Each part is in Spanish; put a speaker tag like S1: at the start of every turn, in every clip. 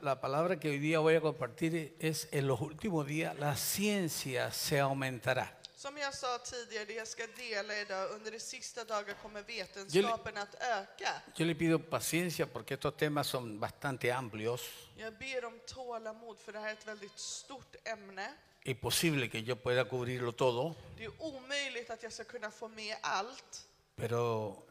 S1: la palabra que hoy día voy a compartir es en los últimos días la ciencia se aumentará.
S2: Som jag sa tidigare, det jag ska dela idag, under de sista dagarna kommer vetenskapen att öka.
S1: Yo le pido paciencia porque estos temas son bastante amplios
S2: Jag ber om tålamod, för det här är ett väldigt stort ämne.
S1: y posible que yo pueda cubrirlo todo,
S2: Det är omöjligt att jag ska kunna få med allt,
S1: pero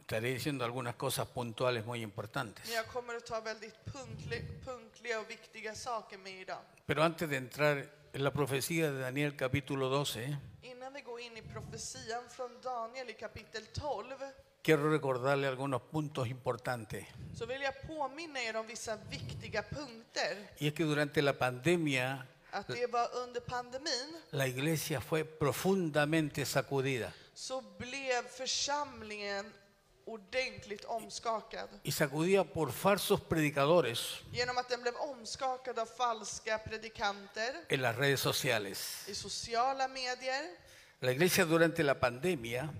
S1: estaré diciendo algunas cosas puntuales muy importantes.
S2: men jag kommer att ta väldigt punktli- punktliga och viktiga saker med idag.
S1: Pero antes de entrar en la profecía de Daniel capítulo 12,
S2: Innan vi går in i profetian från Daniel i kapitel 12,
S1: quiero recordarle algunos puntos importantes.
S2: så vill jag påminna er om vissa viktiga punkter.
S1: Y es que durante la pandemia
S2: Att det var under pandemin,
S1: la iglesia fue profundamente sacudida.
S2: så blev församlingen ordentligt omskakad.
S1: Y sacudida por falsos predicadores
S2: Genom att den blev omskakad av falska predikanter
S1: en las redes sociales.
S2: i sociala medier.
S1: La iglesia durante la pandemia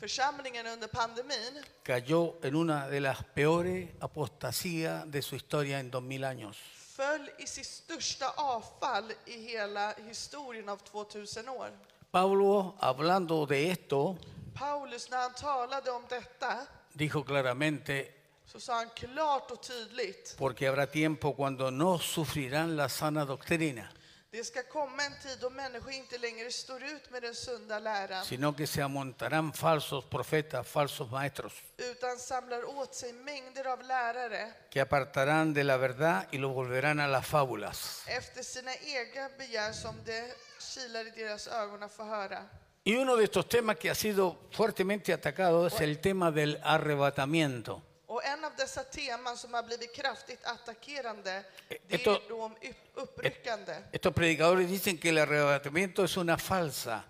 S2: Församlingen under pandemin
S1: cayó en una de las peores apostasías de su historia en 2000 años.
S2: föll i sitt största avfall i hela historien av 2000 år.
S1: Pablo, hablando de esto,
S2: Paulus, när han talade om detta,
S1: dijo claramente,
S2: så sa han klart och tydligt,
S1: porque habrá tiempo cuando no sufrirán la sana doctrina,
S2: det ska komma en tid då människor inte längre står ut med den sunda läran,
S1: sino que se amontarán falsos profetas, falsos maestros,
S2: utan samlar åt sig mängder av lärare
S1: que apartarán de la verdad y lo volverán a las fábulas.
S2: efter sina egna begär som det kilar i deras ögon att få höra.
S1: Y uno de estos temas que ha sido fuertemente atacado es el tema del arrebatamiento.
S2: Och en av dessa teman som har blivit kraftigt attackerande, det
S1: Esto-
S2: är då om upp- uppryckande.
S1: Estos predicadores dicen que el arrebatamiento es una falsa,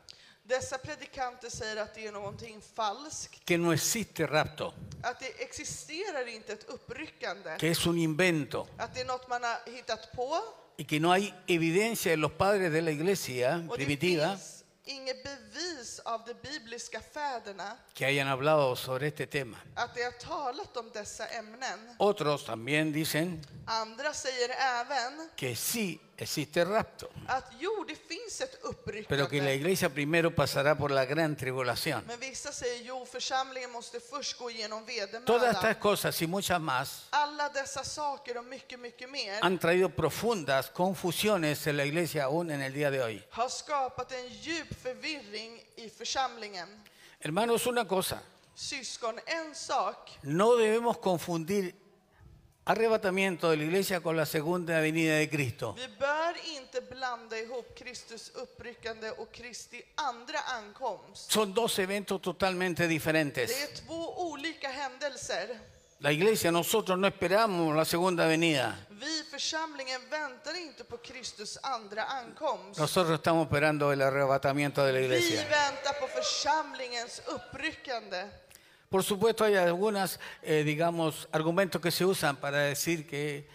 S2: Dessa predikanter säger att det är någonting falskt,
S1: que no existe rapto,
S2: att det existerar inte ett uppryckande,
S1: que es un invento
S2: att det är något man har hittat på
S1: y que no hay evidencia en los padres de la iglesia
S2: och det
S1: primitiva
S2: finns inget bevis av de bibliska fäderna
S1: que hayan hablado sobre este tema.
S2: att de har talat om dessa ämnen.
S1: Otros también dicen
S2: Andra säger även
S1: que sí existe rapto,
S2: att jo, det finns ett
S1: pero que la
S2: uppryckande.
S1: iglesia primero pasará por la gran tribulación.
S2: Men vissa säger jo, församlingen måste först gå igenom
S1: Todas estas
S2: vedermödan.
S1: cosas y muchas más
S2: Alla dessa saker och mycket, mycket mer
S1: han traído profundas confusiones en la iglesia aún en el día de hoy.
S2: har skapat en djup förvirring i församlingen.
S1: Hermanos, una cosa,
S2: Syskon, en sak.
S1: no debemos confundir arrebatamiento de la iglesia con la segunda venida de Cristo.
S2: Vi bör inte blanda ihop Kristus uppryckande och Kristi andra ankomst.
S1: Son dos eventos totalmente
S2: Det
S1: diferentes.
S2: är två olika händelser.
S1: La iglesia, nosotros no esperamos la segunda venida.
S2: Vi i församlingen väntar inte på Kristus andra ankomst.
S1: Nosotros estamos esperando el arrebatamiento de la
S2: Vi
S1: iglesia.
S2: väntar på församlingens uppryckande.
S1: Por supuesto, hay algunos, digamos, argumentos que se usan para decir que,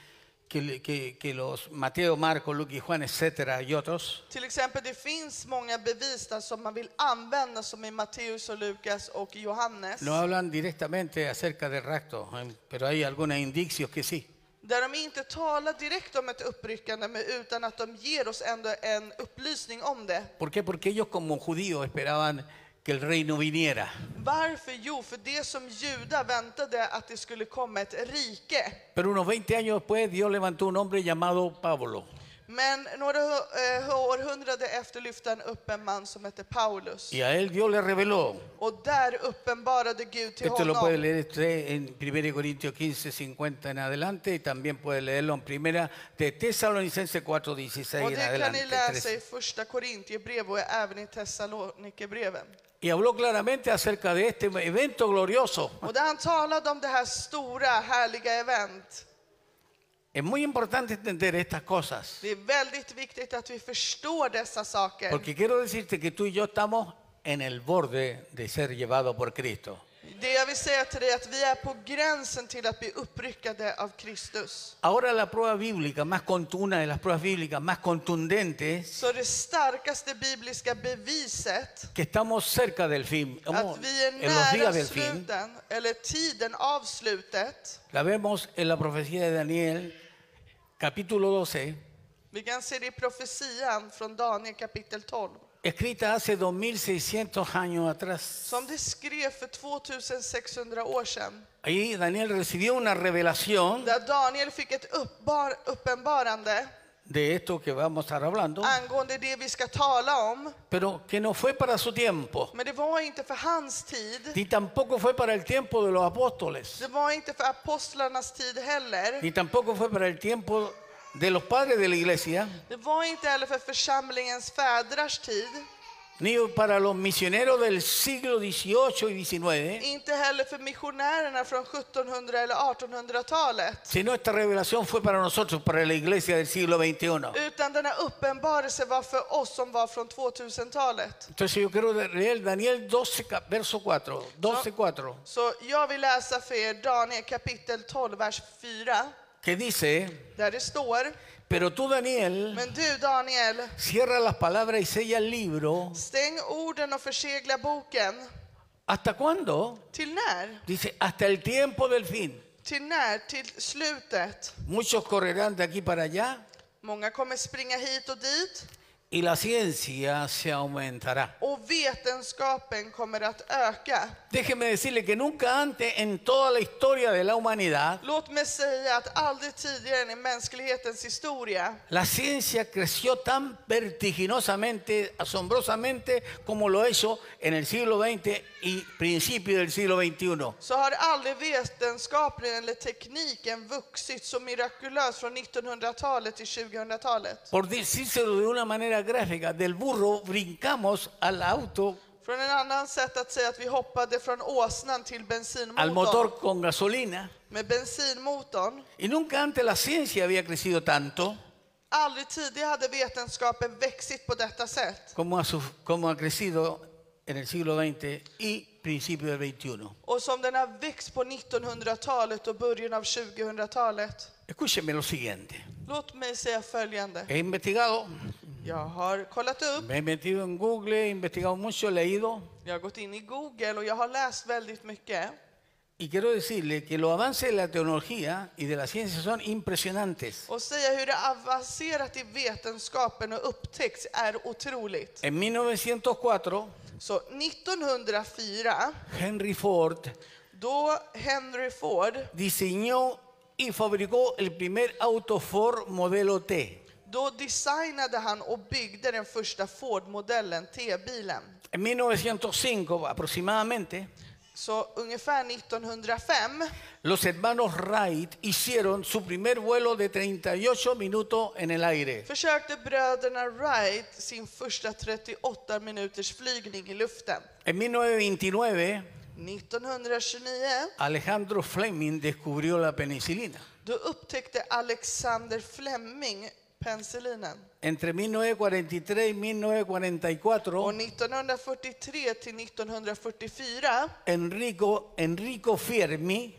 S1: que- que- que los Mateo, Marco, Lucas y Juan, etcétera, y otros,
S2: Till exempel, det finns många bevis där som man vill använda som i Matteus och Lukas och Johannes.
S1: no hablan directamente acerca del rapto, eh, pero hay algunos indicios que sí.
S2: Där de inte talar direkt om ett uppryckande, men utan att de ger oss ändå en upplysning om det.
S1: ¿Por qué? Porque ellos como judíos esperaban que el reino viniera.
S2: Varför? Jo, för det som judar väntade att det skulle komma ett rike.
S1: Pero unos 20 años después Dios levantó un hombre llamado Pablo.
S2: Men några eh, århundrade efter lyfte han upp en man som hette Paulus.
S1: Y a él Dios le reveló.
S2: Och där uppenbarade Gud till
S1: Esto lo puede
S2: honom.
S1: leer usted en 1 Corintios 15, 50 en adelante y también puede leerlo en primera de Tesalonicenses 4, 16
S2: Och
S1: en
S2: det kan
S1: adelante.
S2: ni läsa
S1: 13.
S2: i första Korintierbrevet och även i Thessalonikerbreven.
S1: Y habló claramente acerca de este evento glorioso.
S2: Och där han talade om det här stora, härliga event.
S1: Es muy importante entender estas cosas.
S2: Det är väldigt viktigt att vi förstår dessa saker.
S1: Porque quiero decirte que tú y yo estamos en el borde de ser llevados por Cristo.
S2: Det jag vill säga till dig är att vi är på gränsen till att bli uppryckade av Kristus.
S1: Ahora la prueba bíblica, más cont- una de las pruebas bíblicas más contundentes,
S2: Så det starkaste bibliska beviset
S1: que estamos cerca del fin,
S2: att
S1: estamos
S2: vi är
S1: en los días
S2: nära
S1: del fin,
S2: sluten, eller tiden av slutet,
S1: la vemos en la profecía de Daniel capítulo 12,
S2: Vi kan se det i profetian från Daniel kapitel 12.
S1: escrita hace 2600 años atrás.
S2: Som det skrev för 2600 år sedan.
S1: Ahí Daniel recibió una revelación
S2: Där Daniel fick ett uppbar, uppenbarande
S1: de esto que vamos a estar hablando,
S2: angående det vi ska tala om.
S1: pero que no fue para su tiempo,
S2: Men det var inte för hans tid.
S1: ni tampoco fue para el tiempo de los apóstoles,
S2: Det var inte för apostlarnas tid heller.
S1: ni tampoco fue para el tiempo de los padres de la iglesia,
S2: Det var inte heller för församlingens fädrars tid.
S1: ni para los misioneros del siglo XVIII y ¿eh? XIX,
S2: Inte heller för missionärerna från 1700 eller 1800-talet.
S1: sino esta revelación fue para nosotros, para la iglesia del siglo XXI.
S2: Utan denna uppenbarelse var för oss som var från 2000-talet.
S1: Entonces yo quiero leer Daniel 12, cap- verso 4, 12, 4,
S2: Så jag vill läsa för er Daniel kapitel 12, vers 4.
S1: que dice,
S2: Där det står.
S1: pero tú Daniel,
S2: Men du Daniel,
S1: cierra las palabras y sella el libro,
S2: stäng orden och försegla boken.
S1: ¿hasta cuándo?
S2: Till när?
S1: Dice, hasta el tiempo del fin.
S2: Till när? Till slutet.
S1: Muchos correrán de aquí para allá
S2: Många kommer springa hit och dit
S1: y la ciencia se aumentará.
S2: och vetenskapen kommer att öka.
S1: Déjeme decirle que nunca antes en toda la historia de la humanidad,
S2: Låt mig säga att aldrig tidigare än i mänsklighetens historia
S1: la ciencia creció tan vertiginosamente, asombrosamente, como lo hizo en el siglo XX y principio del siglo XXI.
S2: så har aldrig vetenskapen eller tekniken vuxit så mirakulöst från 1900-talet till 2000-talet.
S1: Por decírselo de una manera gráfica, del burro brincamos al auto,
S2: Från en annan sätt att säga att vi hoppade från åsnan till
S1: al
S2: bensinmotorn.
S1: motor con gasolina.
S2: Med bensinmotorn.
S1: Y nunca antes la ciencia había crecido tanto.
S2: Aldrig tidigare hade vetenskapen växit på detta sätt.
S1: cómo ha, suf- cómo ha crecido en el siglo XX y principio del XXI.
S2: Och som den har växt på 1900-talet och början av 2000-talet.
S1: Escúcheme lo siguiente.
S2: Låt mig säga följande.
S1: He investigado,
S2: Jag har kollat upp,
S1: me he metido en Google, he investigado mucho, he leído,
S2: jag har gått in i Google och jag har läst väldigt mycket.
S1: y quiero decirle que los avances de la tecnología y de la ciencia son impresionantes.
S2: Och säga hur det avancerat i vetenskapen och upptäckts är otroligt.
S1: En 1904,
S2: Så 1904,
S1: Henry Ford
S2: då Henry Ford,
S1: diseñó y fabricó el primer auto Ford modelo T.
S2: då designade han och byggde den första Ford-modellen, T-bilen.
S1: En 1905 aproximadamente,
S2: Så ungefär 1905
S1: Los hermanos Wright hicieron su primer vuelo de 38 minutos en el aire.
S2: försökte bröderna Wright sin första 38 minuters flygning i luften.
S1: En 1929,
S2: 1929
S1: Alejandro Fleming descubrió la penicilina.
S2: Då upptäckte Alexander Fleming penicillinen.
S1: Entre 1943 y
S2: Och
S1: 1944,
S2: 1943 till 1944,
S1: Enrico, Enrico Fermi,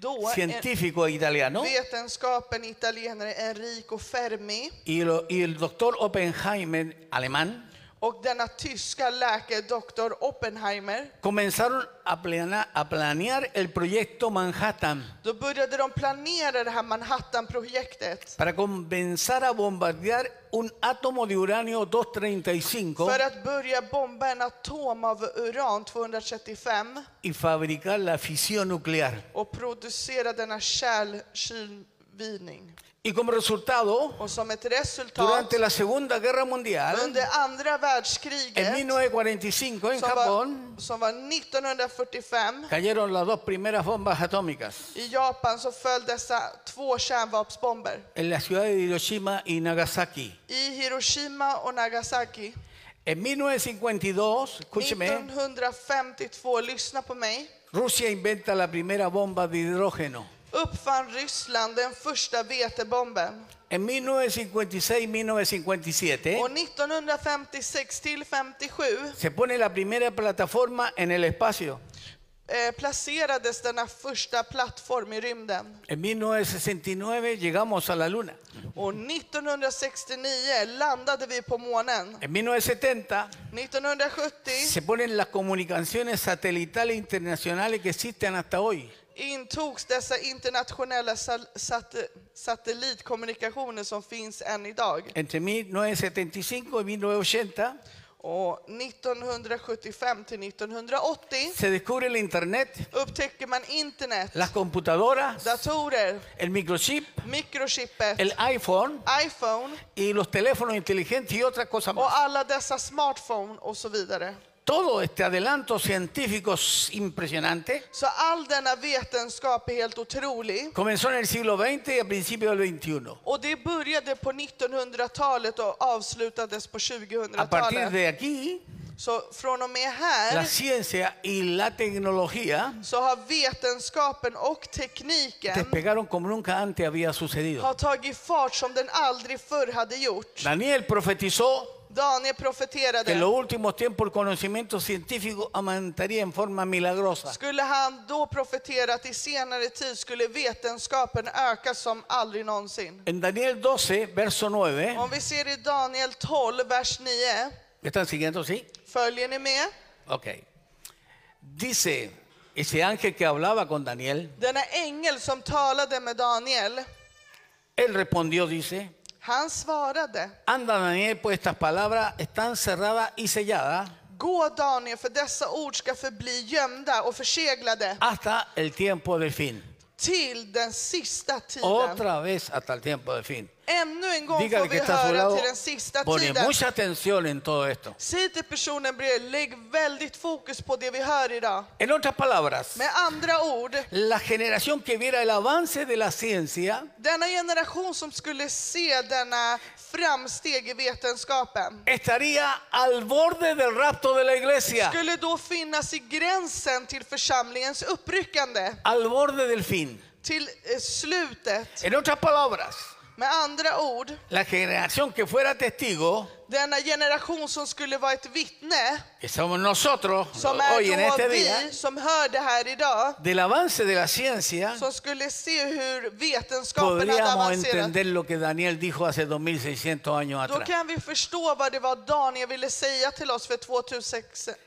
S2: då en
S1: científico italiano,
S2: vetenskapen italienare Enrico Fermi
S1: y, lo- y el doctor Oppenheimer, alemán,
S2: och denna tyska läkare Dr. Oppenheimer,
S1: comenzaron a, plana- a planear el proyecto Manhattan
S2: då började de planera det här Manhattan-projektet
S1: para comenzar a bombardear un átomo de uranio 235
S2: för att börja bomba en atom av uran-235
S1: y fabricar la fisión nuclear.
S2: och producera denna kärlkylvidning.
S1: Y como resultado,
S2: Och som ett resultat
S1: durante la Segunda Guerra Mundial,
S2: Under andra
S1: en
S2: världskriget,
S1: 1945 en
S2: som
S1: Japón,
S2: var, som var 1945,
S1: cayeron las dos primeras bombas atómicas
S2: i Japan så föll dessa två kärnvapensbomber.
S1: en la ciudad de Hiroshima y Nagasaki.
S2: I Hiroshima och Nagasaki.
S1: En 1952, escúcheme,
S2: 1952, lyssna på mig,
S1: Rusia inventa la primera bomba de hidrógeno.
S2: uppfann Ryssland den första vetebomben.
S1: En 1956 1957
S2: Och 1956 till 57
S1: se pone la primera plataforma en el espacio.
S2: eh, placerades denna första plattform i rymden.
S1: En 1969 llegamos a la Luna.
S2: Och 1969 landade vi på månen.
S1: En 1970
S2: 1970
S1: se ponen las comunicaciones satelitales internacionales que existen hasta hoy.
S2: intogs dessa internationella sal- sat- satellitkommunikationer som finns än idag.
S1: Entre 1975 y 1980
S2: Och 1975 till 1980
S1: se descubre el Internet,
S2: upptäcker man internet,
S1: las computadoras,
S2: datorer,
S1: el microchip,
S2: mikrochippet,
S1: el iPhone
S2: iPhone
S1: y los teléfonos inteligentes y otras cosas más.
S2: och alla dessa smartphone och så vidare.
S1: Todo este adelanto científico s- impresionante
S2: Så all denna vetenskap är helt otrolig.
S1: comenzó en el siglo XX y a principios del XXI.
S2: Och det började på 1900-talet och avslutades på
S1: A partir
S2: 2000-talet.
S1: de aquí,
S2: Så från och med
S1: la
S2: här
S1: ciencia y la tecnología
S2: så har vetenskapen och tekniken
S1: despegaron como nunca antes había sucedido.
S2: har tagit fart som den aldrig förr hade gjort.
S1: Daniel profetizó
S2: Daniel
S1: que en los
S2: profeterade.
S1: últimos tiempos el conocimiento científico aumentaría en forma milagrosa.
S2: Skulle han då profetera att i senare tid skulle vetenskapen öka som aldrig någonsin?
S1: En Daniel 12, verso 9,
S2: Om vi ser i Daniel 12, vers 9.
S1: ¿me están siguiendo? ¿Sí?
S2: Följer ni med?
S1: Ok. Dice ese ángel que hablaba con Daniel,
S2: Denna ängel som talade med Daniel,
S1: él respondió, dice,
S2: han svarade.
S1: anda Daniel, pues estas palabras están cerradas y selladas
S2: Gå Daniel, för dessa ord ska förbli gömda och förseglade
S1: hasta el tiempo del fin.
S2: till den sista tiden.
S1: Otra vez hasta el tiempo del fin.
S2: Ännu en gång får
S1: Dígale que
S2: vi
S1: está a su
S2: höra
S1: lado,
S2: till den sista
S1: pone
S2: tiden.
S1: mucha atención en todo esto.
S2: Säg till personen bredvid, lägg väldigt fokus på det vi hör idag.
S1: En otras palabras,
S2: Med andra ord,
S1: la generación que viera el avance de la ciencia
S2: denna generation som skulle se denna framsteg i vetenskapen
S1: estaría al borde del rapto de la iglesia,
S2: skulle då finnas i gränsen till församlingens uppryckande,
S1: al borde del fin.
S2: till eh, slutet.
S1: En otras palabras,
S2: Med andra ord,
S1: la generación que fuera testigo,
S2: denna generation som skulle vara ett vittne
S1: que somos nosotros
S2: som
S1: hoy en
S2: är då
S1: este día,
S2: vi som hör det här idag,
S1: del avance de la ciencia,
S2: som skulle se hur vetenskapen hade
S1: podríamos
S2: avancerat.
S1: entender lo que Daniel dijo hace 2600 años
S2: Då
S1: atrás.
S2: kan vi förstå vad det var Daniel ville säga till oss för 2600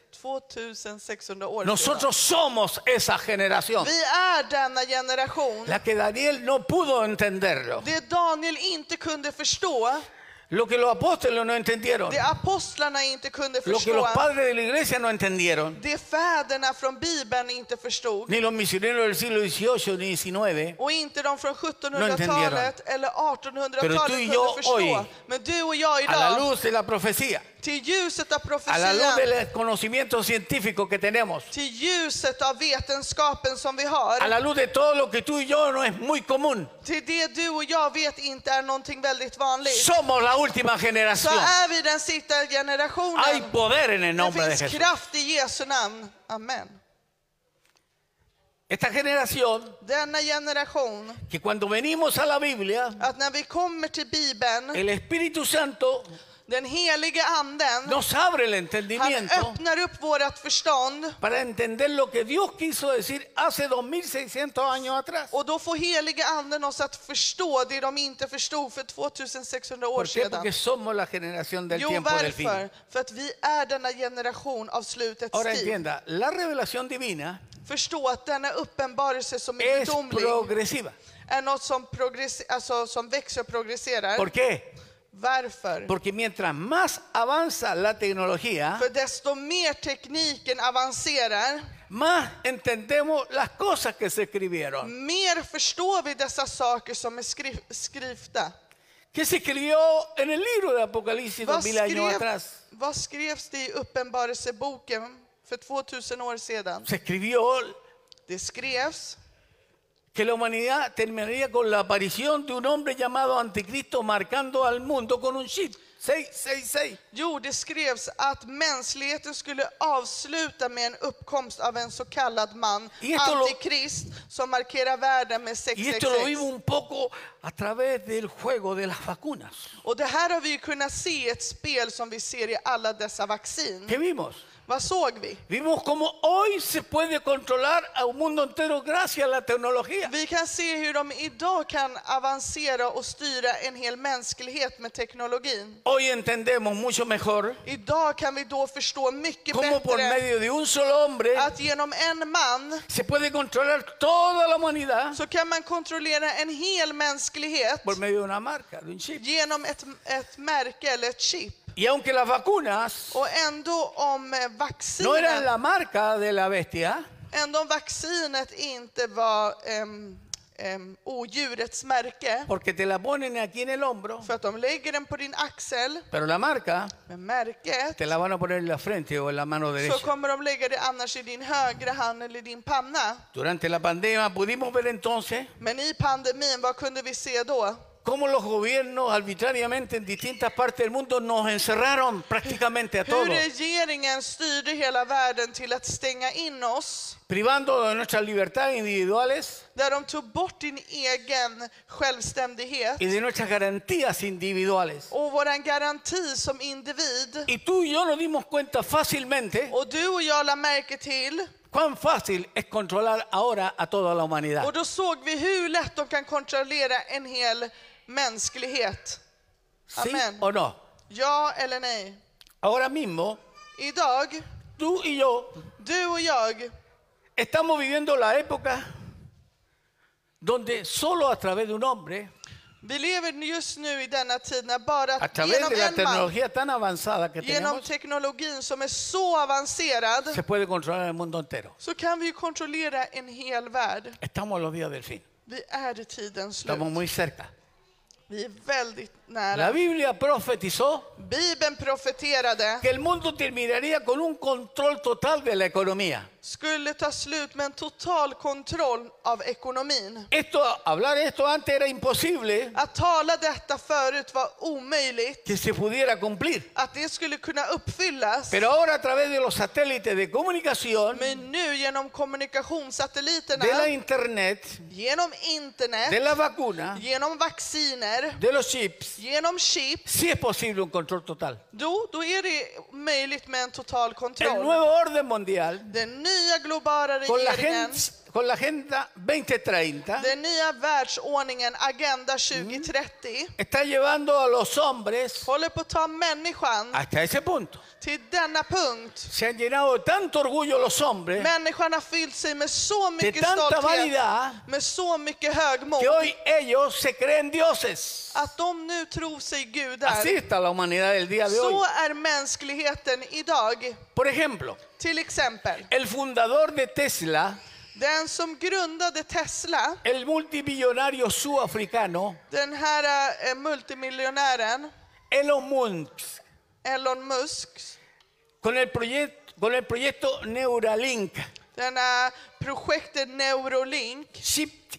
S2: 2600 år sedan.
S1: Nosotros somos esa generación,
S2: Vi är denna generation.
S1: la que Daniel no pudo entenderlo,
S2: Det Daniel inte kunde förstå,
S1: lo que los apóstoles no entendieron,
S2: det apostlarna inte kunde
S1: lo que los
S2: förstå,
S1: padres de la iglesia no entendieron.
S2: det fäderna från Bibeln inte förstod
S1: ni los misioneros del siglo XVIII ni XIX,
S2: och inte de från
S1: No
S2: 1700-talet
S1: entendieron.
S2: eller
S1: Pero
S2: 1800-talet
S1: tú y yo
S2: kunde förstå.
S1: hoy,
S2: Men du och jag
S1: a la
S2: idag,
S1: luz de la profecía,
S2: till ljuset av
S1: a la luz
S2: profetian,
S1: del conocimiento científico que tenemos,
S2: till ljuset av vetenskapen som vi
S1: a
S2: har,
S1: la luz de todo lo que tú y yo no es muy común,
S2: till det du och jag vet inte är någonting väldigt vanligt,
S1: somos la última
S2: så
S1: generación.
S2: är vi den sittande
S1: Hay
S2: generationen.
S1: poder en el
S2: Det
S1: nombre de
S2: finns
S1: Jesús.
S2: kraft i Jesu namn. Amen.
S1: Esta generación
S2: Denna generation,
S1: que cuando venimos a la Biblia,
S2: att när vi kommer till Bibeln,
S1: el Espíritu Santo
S2: den helige anden,
S1: nos abre el
S2: han
S1: entendimiento
S2: öppnar upp vårat förstånd
S1: para entender lo que Dios quiso decir hace 2600 años atrás.
S2: och då får helige anden oss att förstå det de inte förstod för 2600 år
S1: ¿Por qué?
S2: sedan.
S1: Porque somos la generación del
S2: Jo,
S1: tiempo del fin.
S2: varför? För att vi är denna generation av slutets
S1: Ahora
S2: tid.
S1: entienda, la revelación divina
S2: Förstå att denna uppenbarelse som är
S1: es
S2: gudomlig
S1: progresiva.
S2: är något som, progress- alltså, som växer och progresserar.
S1: ¿Por qué?
S2: Varför?
S1: Porque mientras más avanza la tecnología,
S2: För desto mer tekniken avancerar,
S1: más entendemos las cosas que se escribieron.
S2: mer förstår vi dessa saker som är skrif skrifta.
S1: ¿Qué se escribió en el libro de Apocalipsis
S2: Vad,
S1: 2000 años
S2: skrev,
S1: atrás?
S2: vad skrevs det i Uppenbarelseboken för 2000 år sedan?
S1: Se escribió
S2: Det skrevs
S1: que la humanidad terminaría con la aparición de un hombre llamado Anticristo marcando al mundo con un chip 666.
S2: Jo, det skrevs att mänskligheten skulle avsluta med en uppkomst av en så kallad man,
S1: Y esto lo-
S2: antikrist, som markerar världen med
S1: Y esto lo
S2: 666.
S1: vimos un poco a través del juego de las vacunas.
S2: Och det här har vi ju kunnat se i ett spel som vi ser i alla dessa vaccin.
S1: ¿Qué vimos?
S2: Vad såg vi?
S1: Vimos cómo hoy se puede controlar a un mundo entero gracias a la tecnología.
S2: Vi kan se hur de idag kan avancera och styra en hel mänsklighet med teknologin.
S1: Hoy entendemos mucho mejor
S2: Idag kan vi då förstå mycket
S1: cómo por
S2: bättre
S1: medio de un solo hombre
S2: att genom en man
S1: se puede controlar toda la humanidad
S2: så kan man kontrollera en hel mänsklighet
S1: por medio de una marca, de un chip.
S2: genom ett, ett märke eller ett chip.
S1: Y aunque las vacunas
S2: Och ändå om eh,
S1: no eran
S2: vaccinet,
S1: la marca de la bestia,
S2: ändå om vaccinet inte var em, em, odjurets märke,
S1: porque te la ponen aquí en el hombro,
S2: för att de lägger den på din axel
S1: pero la marca
S2: med märket,
S1: te la van a poner en la frente o en la mano
S2: så
S1: derecha.
S2: kommer de lägga det annars i din högra hand eller din panna.
S1: Durante la pandemia pudimos ver entonces
S2: Men i pandemin, vad kunde vi se då?
S1: cómo los gobiernos arbitrariamente en distintas partes del mundo nos encerraron prácticamente a
S2: Hur
S1: todos,
S2: regeringen styrde hela världen till att stänga in oss,
S1: privando de nuestras libertades individuales
S2: där de tog bort din egen självständighet
S1: y de nuestras garantías individuales.
S2: och våran garanti som individ.
S1: Y tú y yo nos dimos cuenta fácilmente
S2: Och du och jag la märke till,
S1: cuán fácil es controlar ahora a toda la humanidad.
S2: och då såg vi hur lätt de kan kontrollera en hel mänsklighet.
S1: ¿Sí
S2: amén.
S1: o no?
S2: Ja eller nej?
S1: Ahora mismo,
S2: Idag,
S1: tú y yo
S2: du och jag,
S1: estamos viviendo la época donde solo a través de un hombre,
S2: vi lever just nu i denna tid när bara
S1: a
S2: att
S1: través
S2: genom
S1: de la
S2: en man,
S1: tecnología tan avanzada que
S2: genom
S1: tenemos,
S2: teknologin som är så avancerad,
S1: se puede controlar el mundo entero.
S2: så kan vi ju kontrollera en hel värld.
S1: Estamos a los días del fin.
S2: Vi är i tidens slut.
S1: Estamos muy cerca.
S2: Vi är väldigt
S1: La
S2: nära.
S1: Biblia profetizó
S2: Bibeln profeterade
S1: que el mundo terminaría con un control total de la economía.
S2: skulle ta slut med en total kontroll av ekonomin.
S1: Esto, hablar esto antes era imposible
S2: Att tala detta förut var omöjligt,
S1: que se pudiera cumplir.
S2: att det skulle kunna uppfyllas.
S1: Pero ahora a través de los satélites de comunicación,
S2: Men nu genom kommunikationssatelliterna,
S1: de la internet,
S2: genom
S1: de
S2: internet,
S1: la vacuna,
S2: genom vacciner,
S1: de los chips,
S2: genom chip,
S1: sí es posible un control total.
S2: då, då är det möjligt med en total
S1: El
S2: kontroll.
S1: nuevo orden mundial,
S2: Den nya globala
S1: con la,
S2: regeringen,
S1: agenda, con la Agenda 2030,
S2: den nya världsordningen Agenda 2030,
S1: está llevando a los hombres
S2: håller på att ta människan
S1: hasta ese punto.
S2: till denna punkt.
S1: Se han llenado de tanto orgullo los hombres,
S2: Människan har fyllt sig med så
S1: de
S2: mycket
S1: tanta
S2: stolthet,
S1: vanidad,
S2: med så mycket högmod,
S1: que hoy ellos se creen dioses.
S2: att de nu tror sig gudar.
S1: Así está la humanidad del día de
S2: Så
S1: hoy.
S2: är mänskligheten idag.
S1: Por ejemplo,
S2: Till exempel,
S1: el fundador de Tesla,
S2: den som grundade Tesla,
S1: el multimillonario sudafricano
S2: den här eh, multimiljonären
S1: Elon Musk,
S2: Elon Musk,
S1: con el, proyecto con el proyecto Neuralink,
S2: denna projektet Neurolink,
S1: chip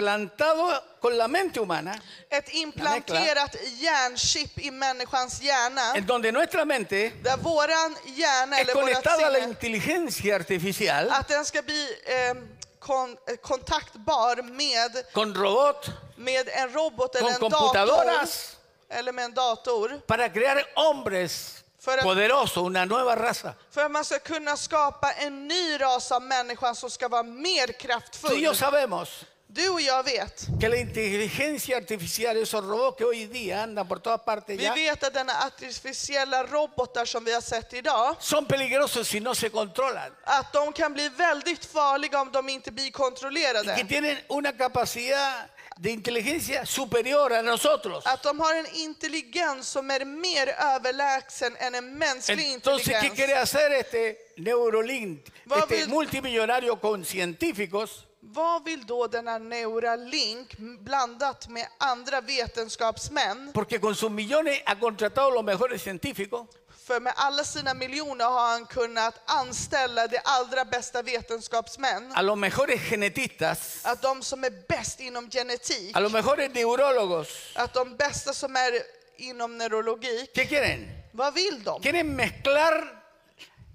S1: implantado con la mente humana,
S2: Ett implanterat hjärnchip i människans hjärna.
S1: en donde nuestra mente
S2: Där våran hjärna,
S1: es
S2: eller vårat
S1: conectada a la
S2: sinne,
S1: inteligencia artificial
S2: att den ska bli eh, kon, eh, kontaktbar med,
S1: con robot
S2: med en robot
S1: Con
S2: eller en dator.
S1: computadoras.
S2: Eller med en dator.
S1: para crear hombres
S2: Fuera-
S1: poderosos, una nueva raza.
S2: För att man ska kunna skapa en ny ras av människan som ska vara mer
S1: Tú y
S2: kraftfull.
S1: yo sabemos
S2: Du och jag vet.
S1: que la inteligencia artificial, esos robots que hoy día andan por todas partes
S2: Vi
S1: ya,
S2: vet att denna artificiella robotar som vi har sett idag,
S1: son peligrosos si no se controlan.
S2: att de kan bli väldigt farliga om de inte blir kontrollerade.
S1: que tienen una capacidad de inteligencia superior a nosotros.
S2: Att de har en intelligens som är mer överlägsen än en mänsklig
S1: Entonces, ¿qué
S2: intelligens.
S1: quiere hacer este Neurolink,
S2: Va
S1: este
S2: bil-
S1: multimillonario con científicos?
S2: Vad vill då denna Neuralink blandat med andra vetenskapsmän?
S1: Porque con sus millones ha contratado los mejores científicos
S2: För med alla sina miljoner har han kunnat anställa de allra bästa vetenskapsmän.
S1: a los mejores genetistas,
S2: Att de som är bäst inom genetik,
S1: a los mejores neurólogos.
S2: att de bästa som är inom neurologi,
S1: ¿Qué quieren?
S2: vad vill de?
S1: Quieren mezclar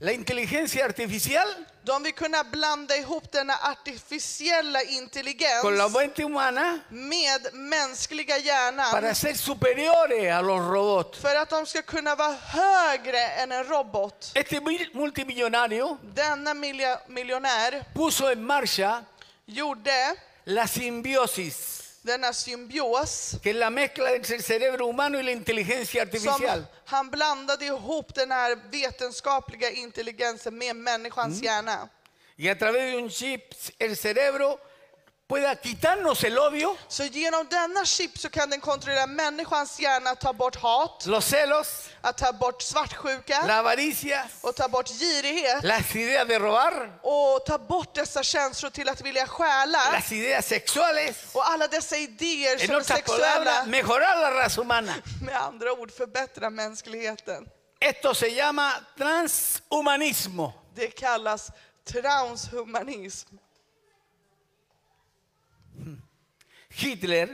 S1: La inteligencia artificial
S2: De vill kunna blanda ihop denna artificiella intelligens
S1: con la mente humana
S2: med mänskliga
S1: para
S2: hjärnan
S1: ser superiores a los robots.
S2: för att de ska kunna vara högre än en robot.
S1: Este mil- multimillonario
S2: Denna milja- miljonär
S1: puso en marcha
S2: gjorde
S1: la simbiosis,
S2: denna symbios
S1: que es la mezcla entre el cerebro humano y la inteligencia
S2: som
S1: artificial.
S2: han blandade ihop den här vetenskapliga intelligensen med människans hjärna.
S1: Y a través de un chip el cerebro pueda quitarnos el odio,
S2: Så genom denna chip så kan den kontrollera människans hjärna att ta bort hat,
S1: los celos,
S2: att ta bort svartsjuka
S1: la avaricia,
S2: och ta bort girighet
S1: las ideas de robar,
S2: och ta bort dessa känslor till att vilja stjäla
S1: las ideas sexuales.
S2: och alla dessa idéer
S1: En
S2: som är
S1: otras palabras,
S2: sexuella.
S1: mejorar la raza humana.
S2: Med andra ord förbättra mänskligheten.
S1: Esto se llama transhumanismo.
S2: Det kallas transhumanism.
S1: Hitler,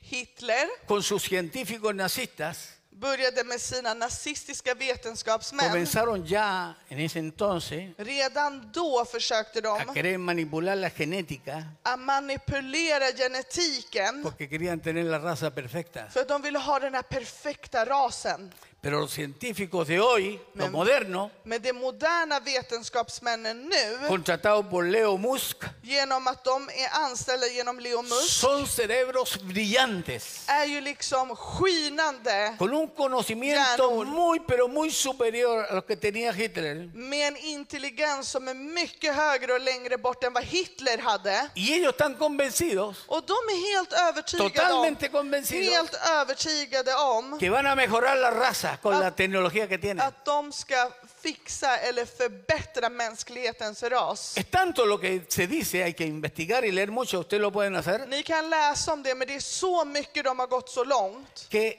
S2: Hitler
S1: con sus científicos nazistas,
S2: började med sina nazistiska vetenskapsmän.
S1: comenzaron ya en ese entonces
S2: Redan då försökte
S1: a
S2: de
S1: querer manipular la genética
S2: att manipulera genetiken
S1: porque querían tener la raza perfecta.
S2: för att de ville ha den här perfekta rasen.
S1: Pero los científicos de hoy, los modernos,
S2: Men de moderna vetenskapsmännen nu,
S1: contratados por Leo Musk,
S2: genom att de är anställda genom Leo Musk,
S1: son cerebros brillantes,
S2: är ju liksom skinande
S1: con un conocimiento
S2: Ganur.
S1: muy, pero muy superior a lo que tenía Hitler.
S2: med en intelligens som är mycket högre och längre bort än vad Hitler hade.
S1: Y ellos están convencidos,
S2: Och de är helt övertygade om,
S1: totalmente convencidos,
S2: helt övertygade om
S1: que van a mejorar la raza con la tecnología que tienen.
S2: att de ska fixa eller förbättra mänsklighetens ras.
S1: Es tanto lo que se dice, hay que investigar y leer mucho, ustedes lo pueden hacer,
S2: Ni kan läsa om det, men det är så mycket de har gått så långt.
S1: que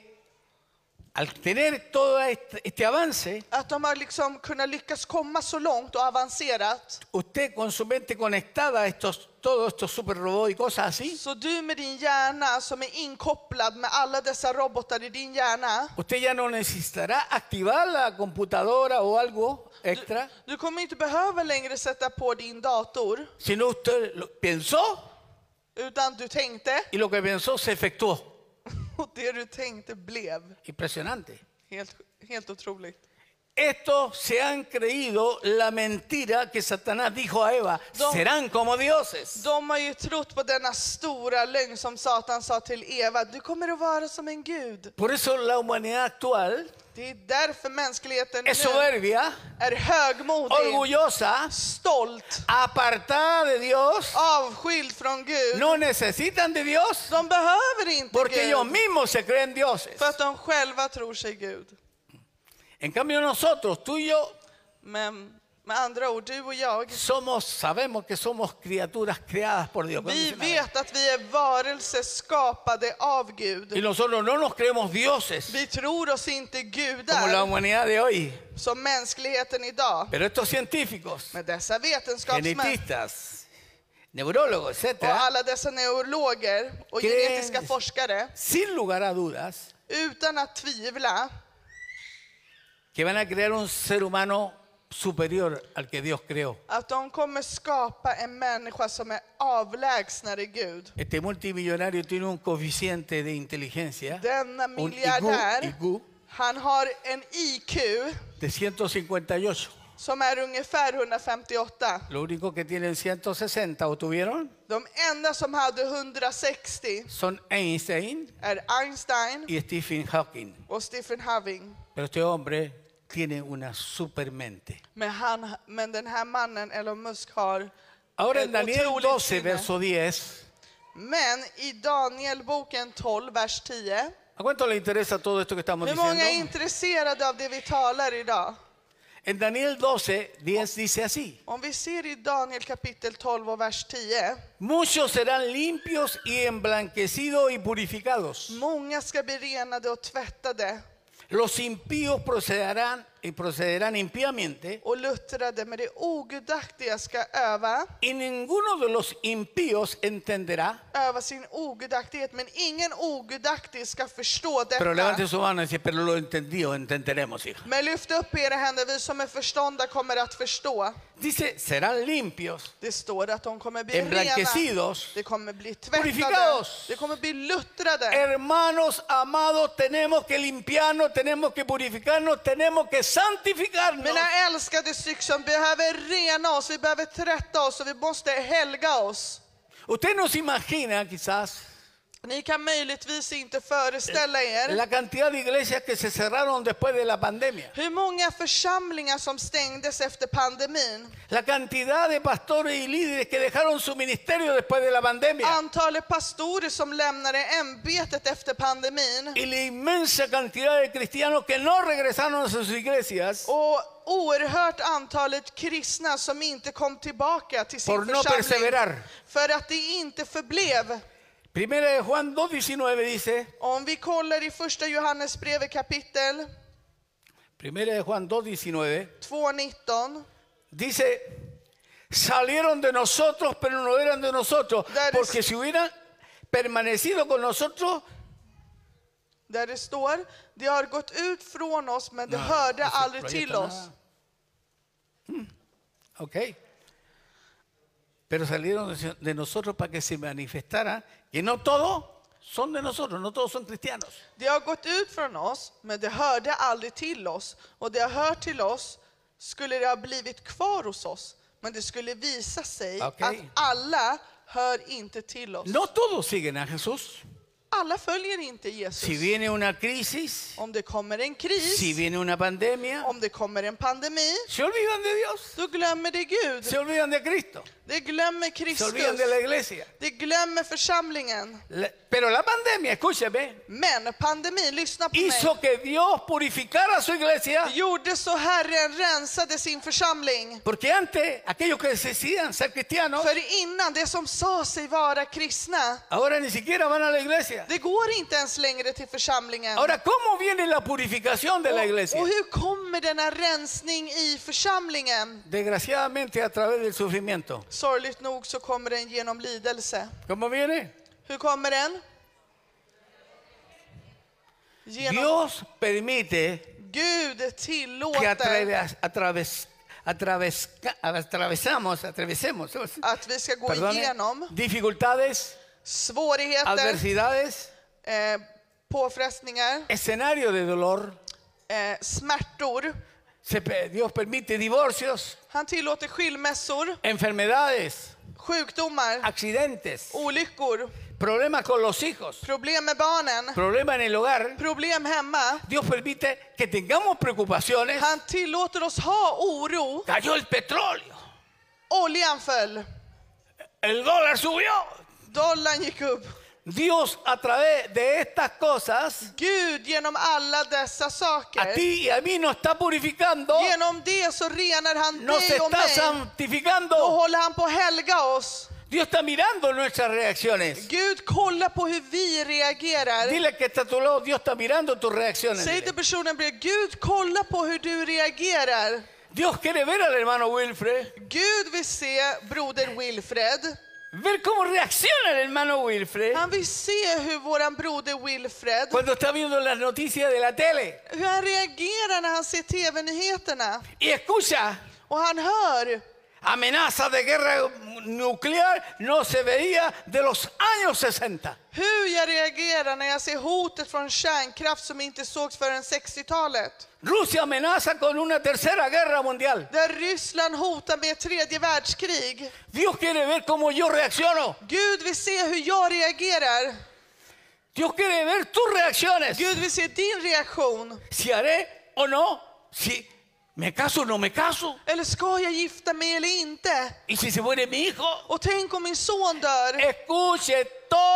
S1: al tener todo este, este avance,
S2: Att de har liksom kunnat lyckas komma så långt och avancerat.
S1: usted con su mente conectada a estos, todos estos superrobots y cosas así,
S2: Så du med din hjärna som är inkopplad med alla dessa robotar i din hjärna.
S1: usted ya no necesitará activar la computadora o algo extra,
S2: Du kommer inte behöva längre sätta på din dator.
S1: sino usted lo pensó
S2: Utan du tänkte
S1: y lo que pensó se efectuó.
S2: och det du tänkte blev.
S1: Impresionante.
S2: Helt, helt otroligt.
S1: Estos se han creído la mentira que Satanás dijo a Eva,
S2: No.
S1: serán como dioses.
S2: De har ju trott på denna stora lögn som Satan sa till Eva. Du kommer att vara som en gud.
S1: Por eso la humanidad actual
S2: Det är därför mänskligheten
S1: es
S2: nu
S1: soberbia,
S2: är högmodig,
S1: orgullosa,
S2: stolt,
S1: apartada de Dios,
S2: avskild från Gud.
S1: no necesitan de Dios
S2: De behöver inte
S1: porque ellos
S2: Gud
S1: mismos se creen dioses.
S2: för att de själva tror sig Gud.
S1: En cambio nosotros, tú y yo,
S2: Men med andra ord, du och jag,
S1: somos, sabemos que somos criaturas creadas por Dios.
S2: vi
S1: condicionadas.
S2: vet att vi är varelser skapade av
S1: Y
S2: Gud.
S1: nosotros no nos creemos dioses
S2: Vi tror oss inte
S1: como la
S2: gudar
S1: humanidad de hoy.
S2: som mänskligheten idag.
S1: Pero estos científicos,
S2: Men dessa vetenskapsmän
S1: genetistas, neurólogos,
S2: och
S1: etcétera,
S2: alla dessa neurologer och
S1: Krävs.
S2: genetiska forskare,
S1: sin lugar a dudas,
S2: utan att tvivla,
S1: que van a crear un ser humano superior al que Dios creó.
S2: att de kommer skapa en människa som är avlägsnare Gud.
S1: Este multimillonario tiene un coeficiente de inteligencia,
S2: Denna
S1: un
S2: miljardär,
S1: IQ, IQ
S2: han har en IQ
S1: de 158.
S2: som är ungefär 158.
S1: Lo único que tienen 160 o tuvieron
S2: De enda som hade 160
S1: son Einstein
S2: är Einstein
S1: y Stephen Hawking.
S2: och Stephen Hawking.
S1: Pero este hombre tiene una supermente.
S2: Men, han, men den här mannen, Elon Musk, har
S1: Ahora
S2: ett
S1: en Daniel
S2: otroligt
S1: 12,
S2: sinne.
S1: verso 10,
S2: Men i Danielboken 12, vers 10.
S1: ¿a cuánto le interesa todo esto que estamos
S2: Hur många är
S1: diciendo?
S2: intresserade av det vi talar idag?
S1: En Daniel 12, 10 dice así.
S2: Om vi ser i Daniel kapitel 12 och vers 10.
S1: Muchos serán limpios y emblanquecidos y purificados.
S2: Många ska bli renade och tvättade.
S1: Los impíos procederán y procederán impíamente.
S2: och luttrade med det ogudaktiga ska öva,
S1: Y ninguno de los impíos entenderá.
S2: öva sin ogudaktighet, men ingen ogudaktig ska förstå
S1: Pero levante
S2: detta.
S1: su mano y dice, pero lo entendió, entenderemos, hija.
S2: Men lyft upp era händer, vi som är förstånda kommer att förstå.
S1: Dice, serán limpios,
S2: Det står att de kommer bli rena.
S1: emblanquecidos.
S2: Det kommer bli tvättade.
S1: Purificados.
S2: Det kommer bli luttrade.
S1: Hermanos amados, tenemos que limpiarnos, tenemos que purificarnos, tenemos que santificarnos.
S2: Mina älskade syskon, vi behöver rena oss, vi behöver tvätta oss och vi måste helga oss.
S1: Usted no se imagina quizás
S2: Ni kan möjligtvis inte föreställa er
S1: la cantidad de iglesias que se cerraron después de la pandemia.
S2: hur många församlingar som stängdes efter pandemin.
S1: La cantidad de pastores y líderes que dejaron su ministerio después de la pandemia.
S2: Antalet pastorer som lämnade ämbetet efter pandemin.
S1: Y la inmensa cantidad de cristianos que no regresaron a sus iglesias
S2: Och oerhört antalet kristna som inte kom tillbaka till sin
S1: por no
S2: församling.
S1: perseverar.
S2: För att det inte förblev.
S1: Primera de Juan 2.19 dice,
S2: Om vi kollar i första Johannesbrevet kapitel
S1: Primera de Juan 2.19,
S2: 2.19.
S1: dice, salieron de nosotros, pero no eran de nosotros,
S2: That is-
S1: porque si hubieran permanecido con nosotros,
S2: Där det står, de har gått ut från oss men de
S1: Nej,
S2: hörde
S1: det står
S2: aldrig
S1: proyecto
S2: till
S1: nada.
S2: oss.
S1: Mm, Ok. Pero salieron de- de nosotros para que se manifestara que no todos son de nosotros, no todos son cristianos.
S2: De har gått ut från oss men de hörde aldrig till oss. Och de har hört till oss skulle det ha blivit kvar hos oss. Men det skulle visa sig
S1: Okej.
S2: att alla hör inte till oss.
S1: No todos siguen a Jesús.
S2: Alla följer inte Jesus.
S1: Si viene una crisis,
S2: Om det kommer en kris,
S1: si viene una pandemia,
S2: om det kommer en pandemi,
S1: se olvidan de Dios,
S2: då glömmer det Gud.
S1: se olvidan de Cristo,
S2: Det glömmer
S1: se
S2: Kristus.
S1: olvidan de la iglesia.
S2: Det glömmer församlingen.
S1: La- pero la pandemia, escúchame,
S2: Men pandemin, lyssna på mig.
S1: hizo que Dios purificara a su iglesia.
S2: gjorde så Herren rensade sin församling.
S1: Porque antes, aquellos que decían ser cristianos,
S2: För innan, det som sa sig vara kristna,
S1: Ahora ni siquiera van a la iglesia.
S2: det går inte ens längre till församlingen.
S1: Ahora, ¿cómo viene la purificación de la
S2: Och,
S1: iglesia?
S2: och hur kommer denna rensning i församlingen?
S1: Desgraciadamente a través del sufrimiento.
S2: Sorgligt nog så kommer den genom lidelse.
S1: ¿Cómo viene?
S2: Hur kommer den? Genom
S1: Dios permite
S2: Gud
S1: que
S2: tillåter
S1: atraves- atraves- atravesca- atravesamos, atravesemos
S2: att vi ska gå
S1: perdone,
S2: igenom
S1: dificultades,
S2: svårigheter,
S1: adversidades,
S2: eh, påfrestningar,
S1: escenario de dolor.
S2: eh, smärtor.
S1: Se pe- Dios permite divorcios,
S2: Han tillåter skilmässor,
S1: enfermedades, Alltså-
S2: sjukdomar,
S1: accidentes,
S2: olyckor,
S1: problemas con los hijos,
S2: problem med barnen,
S1: problemas en el hogar.
S2: problem hemma.
S1: Dios permite que tengamos preocupaciones.
S2: Han tillåter oss ha oro.
S1: Cayó el petróleo,
S2: Oljan föll,
S1: el dólar subió.
S2: dollarn gick upp.
S1: Dios a través de estas cosas
S2: Gud genom alla dessa
S1: a
S2: saker,
S1: ti y a mí nos está purificando,
S2: genom det så renar han
S1: nos
S2: dig och
S1: está
S2: mig. Då
S1: santificando.
S2: håller han på att helga oss.
S1: Dios está mirando nuestras reacciones.
S2: Gud kollar på hur vi reagerar.
S1: Dile que está a tu lado, Dios está mirando tus reacciones.
S2: Säg
S1: dile.
S2: till personen bredvid, Gud kolla på hur du reagerar.
S1: Dios quiere ver al hermano Wilfred,
S2: Gud vill se broder Wilfred.
S1: ver cómo reacciona el hermano Wilfred
S2: Han vill se hur våran broder Wilfred,
S1: cuando está viendo las noticias de la tele
S2: hur han reagerar när han ser TV-nyheterna.
S1: y escucha
S2: Och han hör,
S1: Amenaza de guerra nuclear no se veía de los años 60.
S2: hur jag reagerar när jag ser hotet från kärnkraft som inte sågs förrän 60-talet.
S1: Rusia amenaza con una tercera guerra mundial.
S2: Där Ryssland hotar med ett tredje världskrig.
S1: Dios quiere ver cómo yo reacciono.
S2: Gud vill se hur jag reagerar.
S1: Dios quiere ver tus reacciones.
S2: Gud vill se din reaktion.
S1: Si haré o no, si me caso o no me caso.
S2: Eller ska jag gifta mig eller inte?
S1: Y si se muere mi hijo.
S2: Och tänk om min son dör.
S1: Escuche,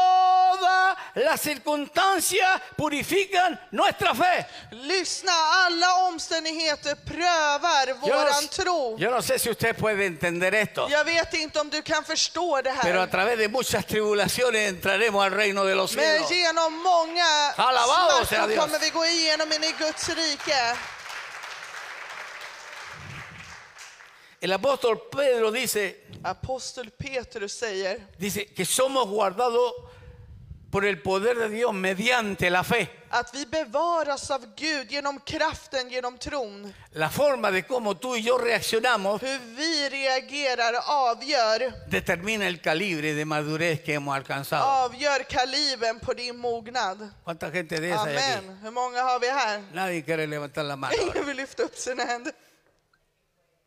S1: todas las circunstancias purifican nuestra fe.
S2: Lyssna, alla omständigheter prövar våran tro.
S1: yo no sé si usted puede entender esto.
S2: Jag vet inte om du kan förstå det
S1: Pero a
S2: här.
S1: través de muchas tribulaciones entraremos al reino de los
S2: Men
S1: cielos.
S2: genom många
S1: Alabado sea
S2: smärtor
S1: Dios.
S2: kommer vi gå igenom in i Guds rike.
S1: El apóstol Pedro dice,
S2: Apostel Petrus säger
S1: dice que somos guardados por el poder de Dios mediante la fe.
S2: att vi bevaras av Gud genom kraften, genom tron.
S1: La forma de cómo tú y yo reaccionamos
S2: Hur vi reagerar avgör,
S1: determina el calibre de madurez que hemos alcanzado.
S2: avgör kaliben på din mognad.
S1: ¿Cuánta gente de esa hay aquí?
S2: Amen. Hur många har vi här?
S1: Nadie quiere levantar la mano.
S2: Ingen vill lyfta upp sina händer.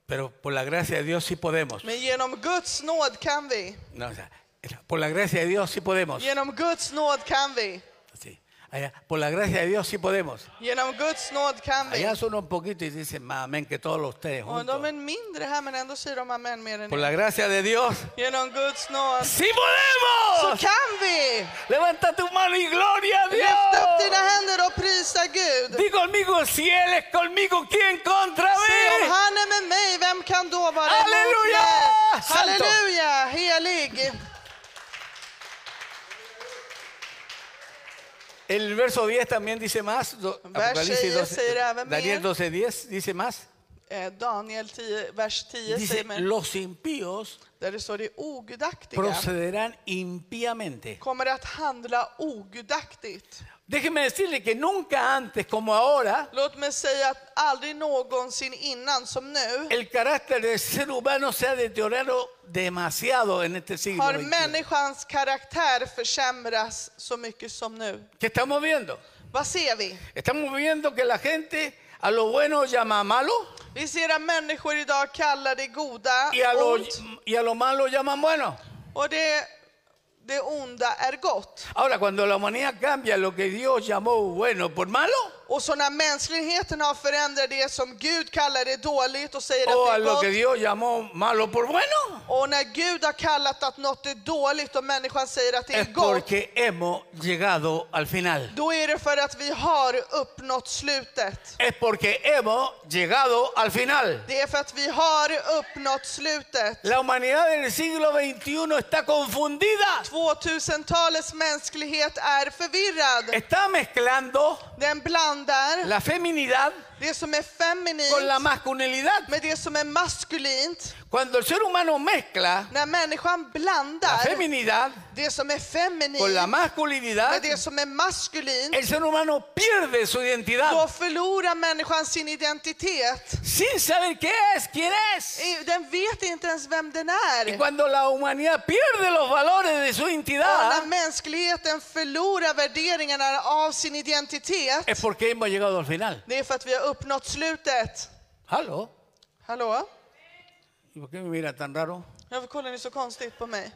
S1: Pero por la gracia de Dios sí podemos.
S2: Men genom Guds nåd kan vi.
S1: No, o sea, por la gracia de Dios sí podemos.
S2: Genom Guds nåd kan vi.
S1: Sí. Allá, por la gracia de Dios sí podemos.
S2: Genom Guds nåd kan vi.
S1: Allá son un poquito y dicen, más amén que todos los ustedes
S2: Och de är
S1: juntos.
S2: mindre här men ändå säger de amen mer än
S1: Por
S2: ni.
S1: la gracia de Dios
S2: Genom Guds nåd
S1: sí
S2: så
S1: podemos.
S2: kan vi!
S1: Levanta tu mano y gloria a
S2: Lyft upp dina
S1: Dios.
S2: händer och prisa Gud.
S1: Di conmigo, si Él es conmigo, ¿quién contra
S2: Se om
S1: mí?
S2: han är med mig, vem kan då vara emot
S1: Halleluja!
S2: mig?
S1: Santo.
S2: Halleluja! Helig!
S1: El verso 10 también dice más. do-
S2: Verse
S1: Apocalipsis 12,
S2: diez, era,
S1: Daniel
S2: mer.
S1: 12, 10 dice más.
S2: Eh, Daniel 10, vers 10
S1: Dice,
S2: säger mig,
S1: los impíos
S2: där det står det ogudaktiga
S1: procederán impíamente.
S2: kommer att handla ogudaktigt.
S1: Déjeme decirle que nunca antes como ahora
S2: Låt mig säga att aldrig någonsin innan som nu
S1: el carácter del ser humano se ha deteriorado demasiado en este siglo.
S2: har
S1: XXI.
S2: människans karaktär försämras så mycket som nu.
S1: ¿Qué estamos viendo?
S2: Vad ser vi?
S1: Estamos viendo que la gente a lo bueno llama malo
S2: Vi ser att människor idag kallar det goda
S1: y a lo,
S2: ont
S1: y a lo malo llaman bueno.
S2: och det, det onda är gott.
S1: Ahora, cuando la humanidad cambia lo que Dios llamó bueno por malo
S2: Och så när mänskligheten har förändrat det som Gud kallar det dåligt och säger
S1: o a
S2: att det är
S1: lo que
S2: gott.
S1: Dios llamó malo por bueno,
S2: Och när Gud har kallat att något är dåligt och människan säger att det är
S1: es
S2: gott.
S1: porque hemos llegado al final.
S2: Då är det för att vi har uppnått slutet.
S1: Es porque hemos llegado al final.
S2: Det är för att vi har uppnått slutet.
S1: La humanidad del siglo XXI está confundida.
S2: 2000-talets mänsklighet är förvirrad.
S1: Está mezclando
S2: Den blandar
S1: la feminidad
S2: det som är
S1: con la
S2: feminint
S1: masculinidad.
S2: med det som är maskulint.
S1: Cuando el ser humano mezcla
S2: När människan
S1: la
S2: blandar
S1: feminidad
S2: det som är
S1: con la
S2: feminint
S1: masculinidad,
S2: med det som är maskulint
S1: el ser humano pierde su identidad
S2: Då förlorar människan sin identitet.
S1: sin saber qué es, quién es.
S2: I- Den vet inte ens vem den
S1: Y
S2: är. Och
S1: cuando la humanidad pierde los valores de su identidad,
S2: när mänskligheten förlorar värderingarna av sin identitet,
S1: es porque hemos llegado al final.
S2: det är för att vi har uppnått slutet.
S1: ¿Aló?
S2: Hallå?
S1: ¿Y por qué me mira tan raro?
S2: Varför kollar ni så konstigt på mig?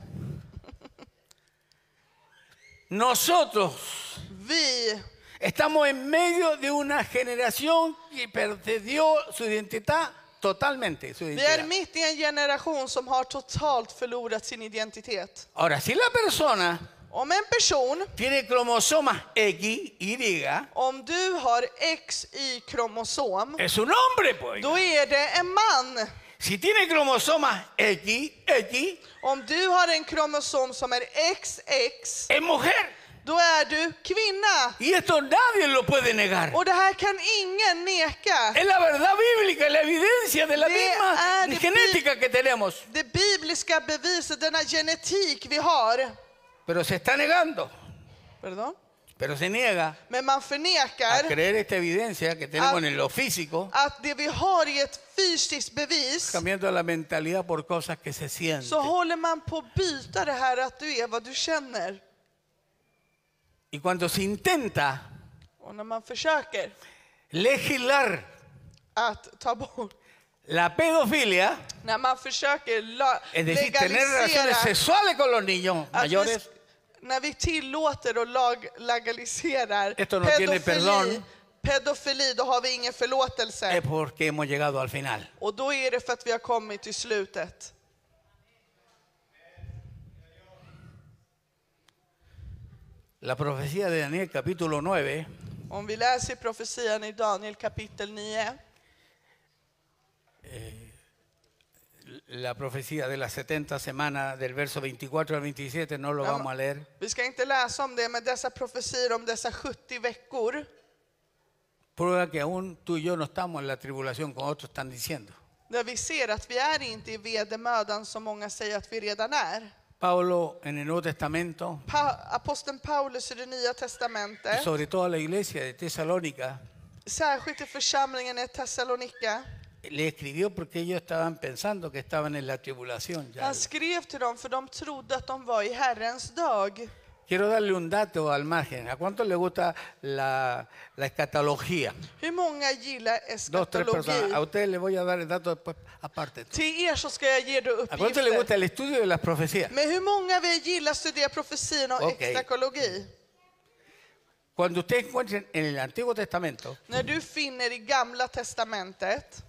S1: Nosotros
S2: Vi,
S1: Estamos en medio de una generación que perdió su identidad totalmente. Su
S2: vi är
S1: identidad.
S2: mitt i en generation som har totalt förlorat sin identitet.
S1: Ahora, si la persona
S2: Om en person,
S1: tiene cromosomas X, Y,
S2: om du har XY-kromosom,
S1: es un hombre, pues.
S2: då är det en man.
S1: Si tiene cromosomas X, X,
S2: Om du har en kromosom som är XX,
S1: es mujer.
S2: då är du kvinna.
S1: Y esto nadie lo puede negar.
S2: Och det här kan ingen neka.
S1: Es la verdad bíblica, la evidencia de la
S2: De-
S1: misma
S2: ah, de-
S1: genética que tenemos.
S2: Det bibliska beviset, denna genetik vi har.
S1: Pero se está negando,
S2: Pardon?
S1: pero se niega
S2: Men man
S1: a
S2: förnekar
S1: creer esta evidencia que tenemos
S2: Ah.
S1: en lo físico.
S2: att det vi har är ett fysiskt bevis.
S1: cambiando la mentalidad por cosas que se
S2: Så
S1: sienten.
S2: håller man på att byta det här att du är vad du känner.
S1: Y cuando se intenta
S2: Och när man försöker
S1: legislar
S2: att ta bort,
S1: la pedofilia,
S2: när man försöker la-
S1: es decir, tener relaciones
S2: legalisera
S1: sexuales con los niños
S2: Att vi,
S1: mayores,
S2: när vi tillåter och lag, legaliserar
S1: Esto no tiene
S2: pedofili,
S1: perdón. Eh,
S2: pedofili, då har vi ingen förlåtelse.
S1: es porque hemos llegado al final.
S2: Och då är det för att vi har kommit till slutet.
S1: La profecía de Daniel capítulo 9
S2: Om vi läser i profetian i Daniel kapitel 9,
S1: la profecía de las 70 semanas del verso 24 al 27, no lo
S2: Vamos.
S1: vamos a leer.
S2: vi ska inte läsa om det, men dessa profetier om dessa 70 veckor
S1: Prueba que aún tú y yo no estamos en la tribulación como otros están diciendo.
S2: Där vi ser att vi är inte i vedermödan som många säger att vi redan är.
S1: Pablo en el Nuevo Testamento,
S2: Pa Aposteln Paulus i det nya
S1: y
S2: testamentet,
S1: sobre todo a la iglesia de Tesalónica,
S2: särskilt i församlingen i Thessalonika,
S1: le escribió porque ellos estaban pensando que estaban en la tribulación. ya.
S2: han skrev till dem för de trodde att de var i Herrens dag.
S1: Quiero darle un dato al margen. ¿A cuánto le gusta la, la escatología?
S2: Hur många gillar
S1: Dos, tres personas. A
S2: eskatologi?
S1: ustedes les voy a dar el dato después aparte.
S2: Till er så ska jag ge dig
S1: ¿A cuánto le gusta
S2: uppgifter.
S1: el estudio de las profecías?
S2: Men hur många vi gillar att studera profetin och
S1: Okej.
S2: eskatologi?
S1: Cuando ustedes encuentren en el Antiguo Testamento,
S2: När du finner i Gamla Testamentet,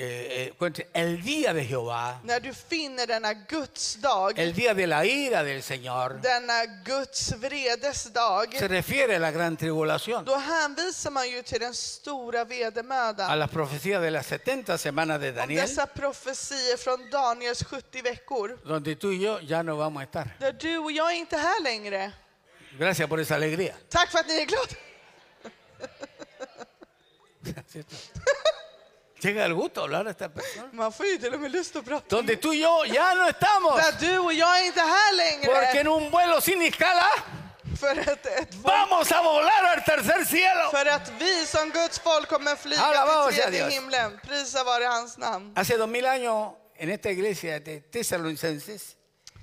S1: eh, eh, encuentren el día de Jehová,
S2: när du finner denna Guds dag,
S1: el día de la ira del Señor,
S2: denna Guds vredes dag,
S1: se refiere a la gran tribulación,
S2: då hänvisar man ju till den stora
S1: a
S2: vedermödan.
S1: las profecías de las 70 semanas de
S2: Om
S1: Daniel,
S2: dessa profetier från Daniels 70 veckor,
S1: donde tú y yo ya no vamos a estar.
S2: där du och jag är inte här längre.
S1: Gracias por esa alegría.
S2: Tack för att ni är glada.
S1: ¿cierto? Llega el gusto hablar a esta persona.
S2: Man får ju till och med lust att prata.
S1: Donde tú y yo ya no estamos,
S2: Där du och jag är inte här
S1: porque
S2: längre.
S1: en un vuelo sin escala
S2: För att, ett folk,
S1: vamos a volar al tercer cielo.
S2: för att vi som Guds folk kommer
S1: Alla
S2: flyga
S1: var
S2: till
S1: oss, ja,
S2: tredje
S1: Dios.
S2: himlen. Prisa vare hans namn.
S1: Hace dos mil años, en esta iglesia de Tesalonicenses,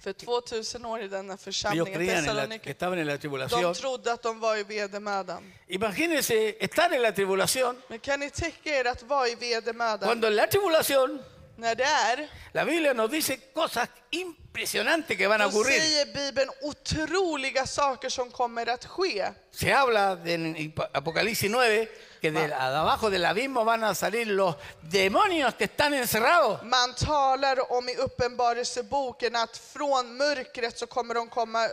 S2: För 2000 år i denna
S1: ellos
S2: församling i
S1: creían en la- que
S2: Thessalonika.
S1: estaban en la
S2: De
S1: tribulación.
S2: trodde att de var i vedermödan.
S1: Imagínense estar en la tribulación,
S2: Men kan ni tänka er att vara i vedermödan?
S1: cuando en la tribulación
S2: När det är,
S1: la Biblia nos dice cosas impresionantes que van a
S2: då
S1: ocurrir.
S2: säger Bibeln otroliga saker som kommer att ske.
S1: Se habla de- en Apocalipsis 9 que de, abajo del abismo van a salir los demonios que están encerrados.
S2: Man talar om i Uppenbarelseboken att från mörkret så kommer de komma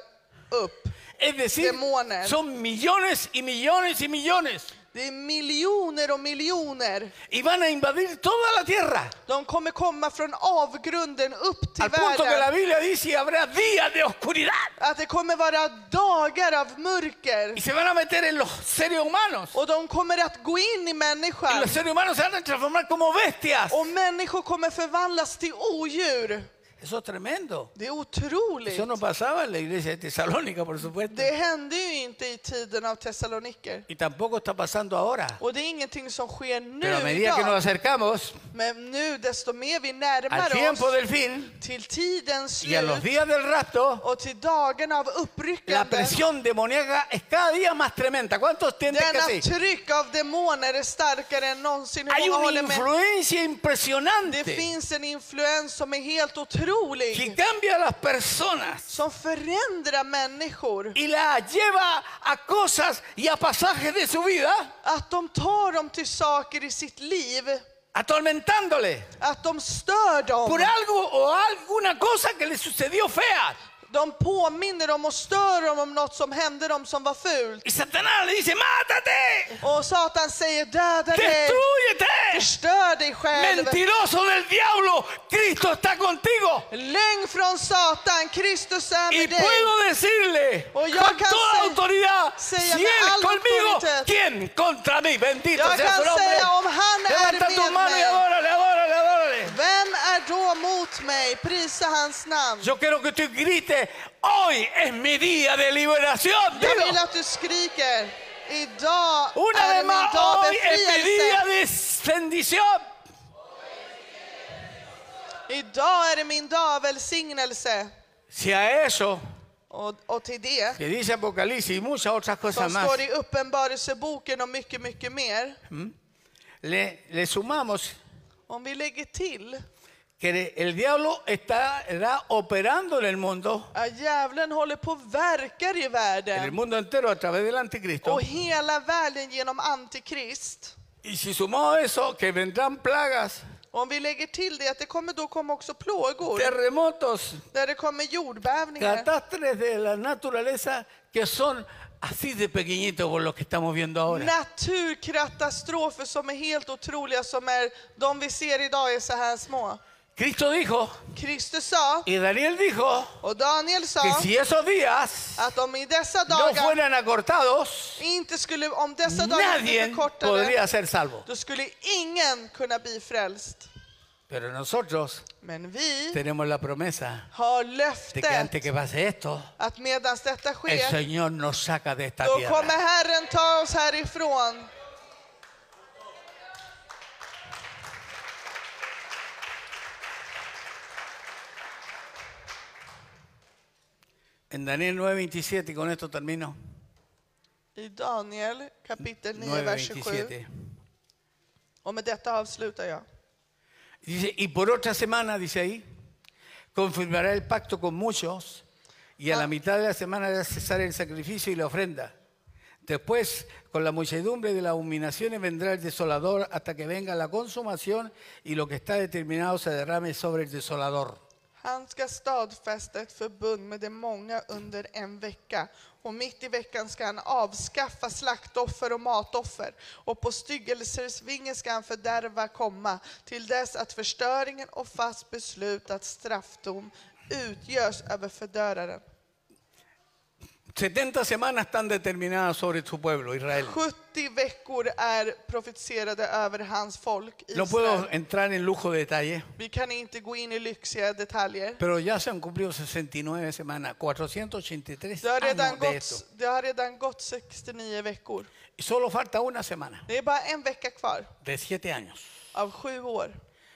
S2: upp.
S1: Es decir,
S2: Demones.
S1: son millones y millones y millones.
S2: Det är miljoner och miljoner.
S1: Y van a invadir toda la tierra.
S2: De kommer komma från avgrunden upp till
S1: Al punto que la
S2: världen.
S1: Biblia dice habrá días de oscuridad.
S2: Att det kommer vara dagar av
S1: Y
S2: mörker.
S1: se van a meter en los seres humanos.
S2: Och de kommer att gå in i
S1: Y
S2: människan.
S1: los seres humanos se van a transformar como bestias.
S2: Och människor kommer förvandlas till odjur.
S1: Eso es tremendo.
S2: Det är otroligt.
S1: Eso no pasaba en la iglesia de Tesalónica, por supuesto.
S2: Det hände ju inte i tiden av Thessaloniker.
S1: Y tampoco está pasando ahora.
S2: Och det är ingenting som sker nu
S1: Pero a medida que nos
S2: idag.
S1: acercamos
S2: Men nu desto mer vi
S1: al
S2: närmar
S1: tiempo
S2: oss
S1: del fin
S2: till tidens
S1: y a los
S2: slut
S1: días del rapto,
S2: och till dagarna av
S1: la
S2: uppryckande.
S1: presión demoníaca es cada día más tremenda. ¿Cuántos tienden
S2: Denna
S1: que sí?
S2: tryck av demoner är starkare än någonsin. Hur
S1: Hay
S2: många
S1: una
S2: håller med?
S1: influencia
S2: Det
S1: impresionante
S2: finns en influens som är helt
S1: que
S2: otrolig.
S1: cambia a las personas
S2: Som förändrar människor.
S1: y la lleva a cosas y a pasajes de su vida,
S2: Att de tar dem till saker i sitt liv.
S1: atormentándole
S2: Att de stör dem.
S1: por algo o alguna cosa que le sucedió fea.
S2: De påminner dem och stör dem om något som hände dem som var fult.
S1: Y Satanás le dice, mátate,
S2: Och Satan säger döda dig,
S1: destruyete.
S2: förstör dig själv.
S1: Mentiroso del diablo, Cristo está contigo.
S2: Lögn från Satan, Kristus är
S1: Y
S2: med dig.
S1: puedo decirle
S2: O yo
S1: con
S2: acá
S1: toda
S2: sé-
S1: autoridad,
S2: sé
S1: si
S2: llamar
S1: es
S2: algo
S1: conmigo,
S2: autoridad.
S1: ¿quién contra mí? Bendito
S2: Yo
S1: sea su
S2: acá
S1: nombre.
S2: sé, om han är
S1: Levanta tu
S2: med
S1: mano y
S2: mig.
S1: adórale, adórale, adórale.
S2: Vem är då mot mig? Prisa hans namn.
S1: Yo quiero que tú grites, hoy es mi día de liberación.
S2: Jag vill
S1: Dilo.
S2: att du skriker. Idag
S1: Una
S2: är
S1: vez
S2: min
S1: más,
S2: dag
S1: hoy es mi día
S2: befrielse.
S1: de bendición.
S2: Idag är det min dag av välsignelse.
S1: Si a eso
S2: Och, och till det
S1: que dice Apocalipsis y muchas otras cosas
S2: som
S1: más,
S2: står i Uppenbarelseboken och mycket, mycket mer.
S1: le, le sumamos
S2: Om vi lägger till
S1: que el diablo estará operando en el mundo
S2: att djävulen håller på och verkar
S1: en
S2: i
S1: el
S2: världen
S1: mundo entero a través del anticristo.
S2: och hela världen genom antikrist.
S1: Y si sumamos eso, que vendrán plagas,
S2: Om vi lägger till det att det kommer då komma också plågor
S1: terremotos,
S2: där det kommer jordbävningar.
S1: catástrofes de la naturaleza que son así de pequeñitos por lo que estamos viendo ahora.
S2: Naturkatastrofer som är helt otroliga som är de vi ser idag är så här små.
S1: Cristo dijo,
S2: Kristus sa
S1: y Daniel dijo,
S2: och Daniel
S1: que
S2: sa
S1: si esos días
S2: att om i dessa
S1: no
S2: dagar
S1: fueran acortados,
S2: inte skulle, om dessa dagar
S1: nadie
S2: blev kortade
S1: podría ser salvo.
S2: då skulle ingen kunna bli frälst.
S1: Pero nosotros
S2: Men vi
S1: tenemos la promesa
S2: har
S1: de que antes
S2: löftet
S1: que pase esto,
S2: att medan detta
S1: el
S2: sker,
S1: Señor nos saca de esta
S2: då
S1: tierra.
S2: kommer Herren ta oss härifrån.
S1: En Daniel 9:27, y con esto termino.
S2: I Daniel kapitel 9, vers 27.
S1: 9:27.
S2: Och med detta avslutar jag.
S1: Dice, y por otra semana, dice ahí, confirmará el pacto con muchos y a la mitad de la semana hará cesar el sacrificio y la ofrenda. Después, con la muchedumbre de las abominaciones vendrá el desolador hasta que venga la consumación y lo que está determinado se derrame sobre el desolador.
S2: Han ska stadfästa ett förbund med de många under en vecka. Och mitt i veckan ska han avskaffa slaktoffer och matoffer. Och på styggelsers vinge ska han fördärva komma, till dess att förstöringen och fast beslutat straffdom utgörs över fördöraren.
S1: 70 semanas están determinadas sobre su pueblo, Israel.
S2: 70 veckor är profetiserade över hans folk,
S1: No puedo
S2: Israel.
S1: entrar en lujo de detalle,
S2: Vi kan inte gå in i lyxiga detaljer.
S1: pero ya se han cumplido 69 semanas, 483
S2: Det har redan
S1: años de esto.
S2: gått, det har redan gått 69 veckor.
S1: Y solo falta una semana
S2: Det är bara en vecka kvar
S1: de siete años.
S2: av sju år.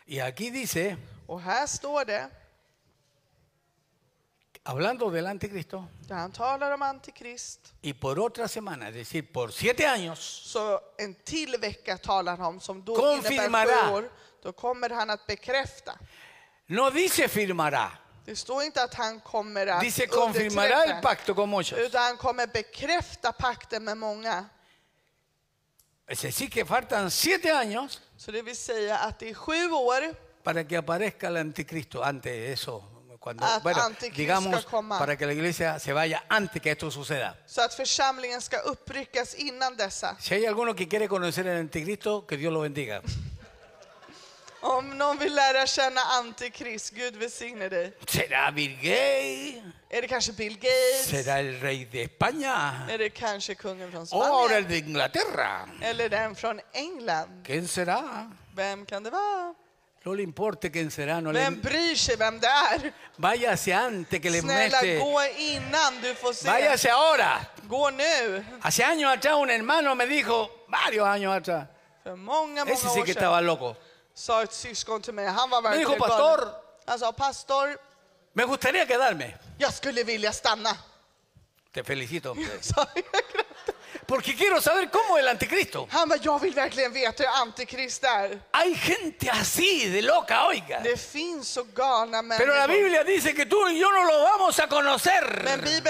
S1: Y aquí dice,
S2: Och här står det,
S1: hablando del anticristo,
S2: där han talar om antikrist,
S1: y por otra semana, es decir, por siete años,
S2: så en till vecka talar han om som då innebär
S1: Confirmará.
S2: sju år. Då kommer han att bekräfta.
S1: no dice firmará,
S2: Det står inte att han kommer att
S1: dice confirmará el pacto con muchos.
S2: utan han kommer bekräfta pakten med många.
S1: Es decir, que faltan siete años
S2: Så det vill säga att det är sju år
S1: para que aparezca el anticristo, antes de eso, cuando,
S2: Ah,
S1: bueno,
S2: anticristo
S1: digamos,
S2: coma.
S1: para que la iglesia se vaya antes que esto suceda.
S2: så att församlingen ska uppryckas innan dessa.
S1: Si hay alguno que quiere conocer el anticristo, que Dios lo bendiga.
S2: Om någon vill lära känna antikrist, Gud välsigne dig.
S1: ¿Será Bill Gates?
S2: Är det kanske Bill Gates?
S1: ¿Será el rey de España?
S2: Är det kanske kungen från
S1: ¿O ahora el
S2: Spanien?
S1: de Inglaterra?
S2: Eller den från England?
S1: ¿Quién será?
S2: Vem kan det vara?
S1: No le importe quién será. No
S2: Vem
S1: le...
S2: bryr sig vem det är?
S1: Váyase antes que le
S2: Snälla,
S1: mete.
S2: gå innan du får se.
S1: Váyase ahora.
S2: Gå nu.
S1: Hace años atrás un hermano me dijo, varios años atrás,
S2: För många, många
S1: ese sí
S2: år
S1: que
S2: sedan
S1: estaba loco.
S2: sa ett syskon till mig, han var
S1: Me dijo
S2: verkligen galen.
S1: pastor,
S2: Han sa, pastor,
S1: me gustaría quedarme.
S2: jag skulle vilja stanna.
S1: Te felicito. hombre.
S2: Sa jag.
S1: Porque quiero saber cómo el anticristo.
S2: Han bara, jag vill verkligen veta hur antikrist är.
S1: Hay gente así de loca, oiga.
S2: Det finns så galna
S1: Pero la
S2: människor.
S1: Biblia dice que tú y yo no lo vamos a
S2: Men
S1: conocer.
S2: Este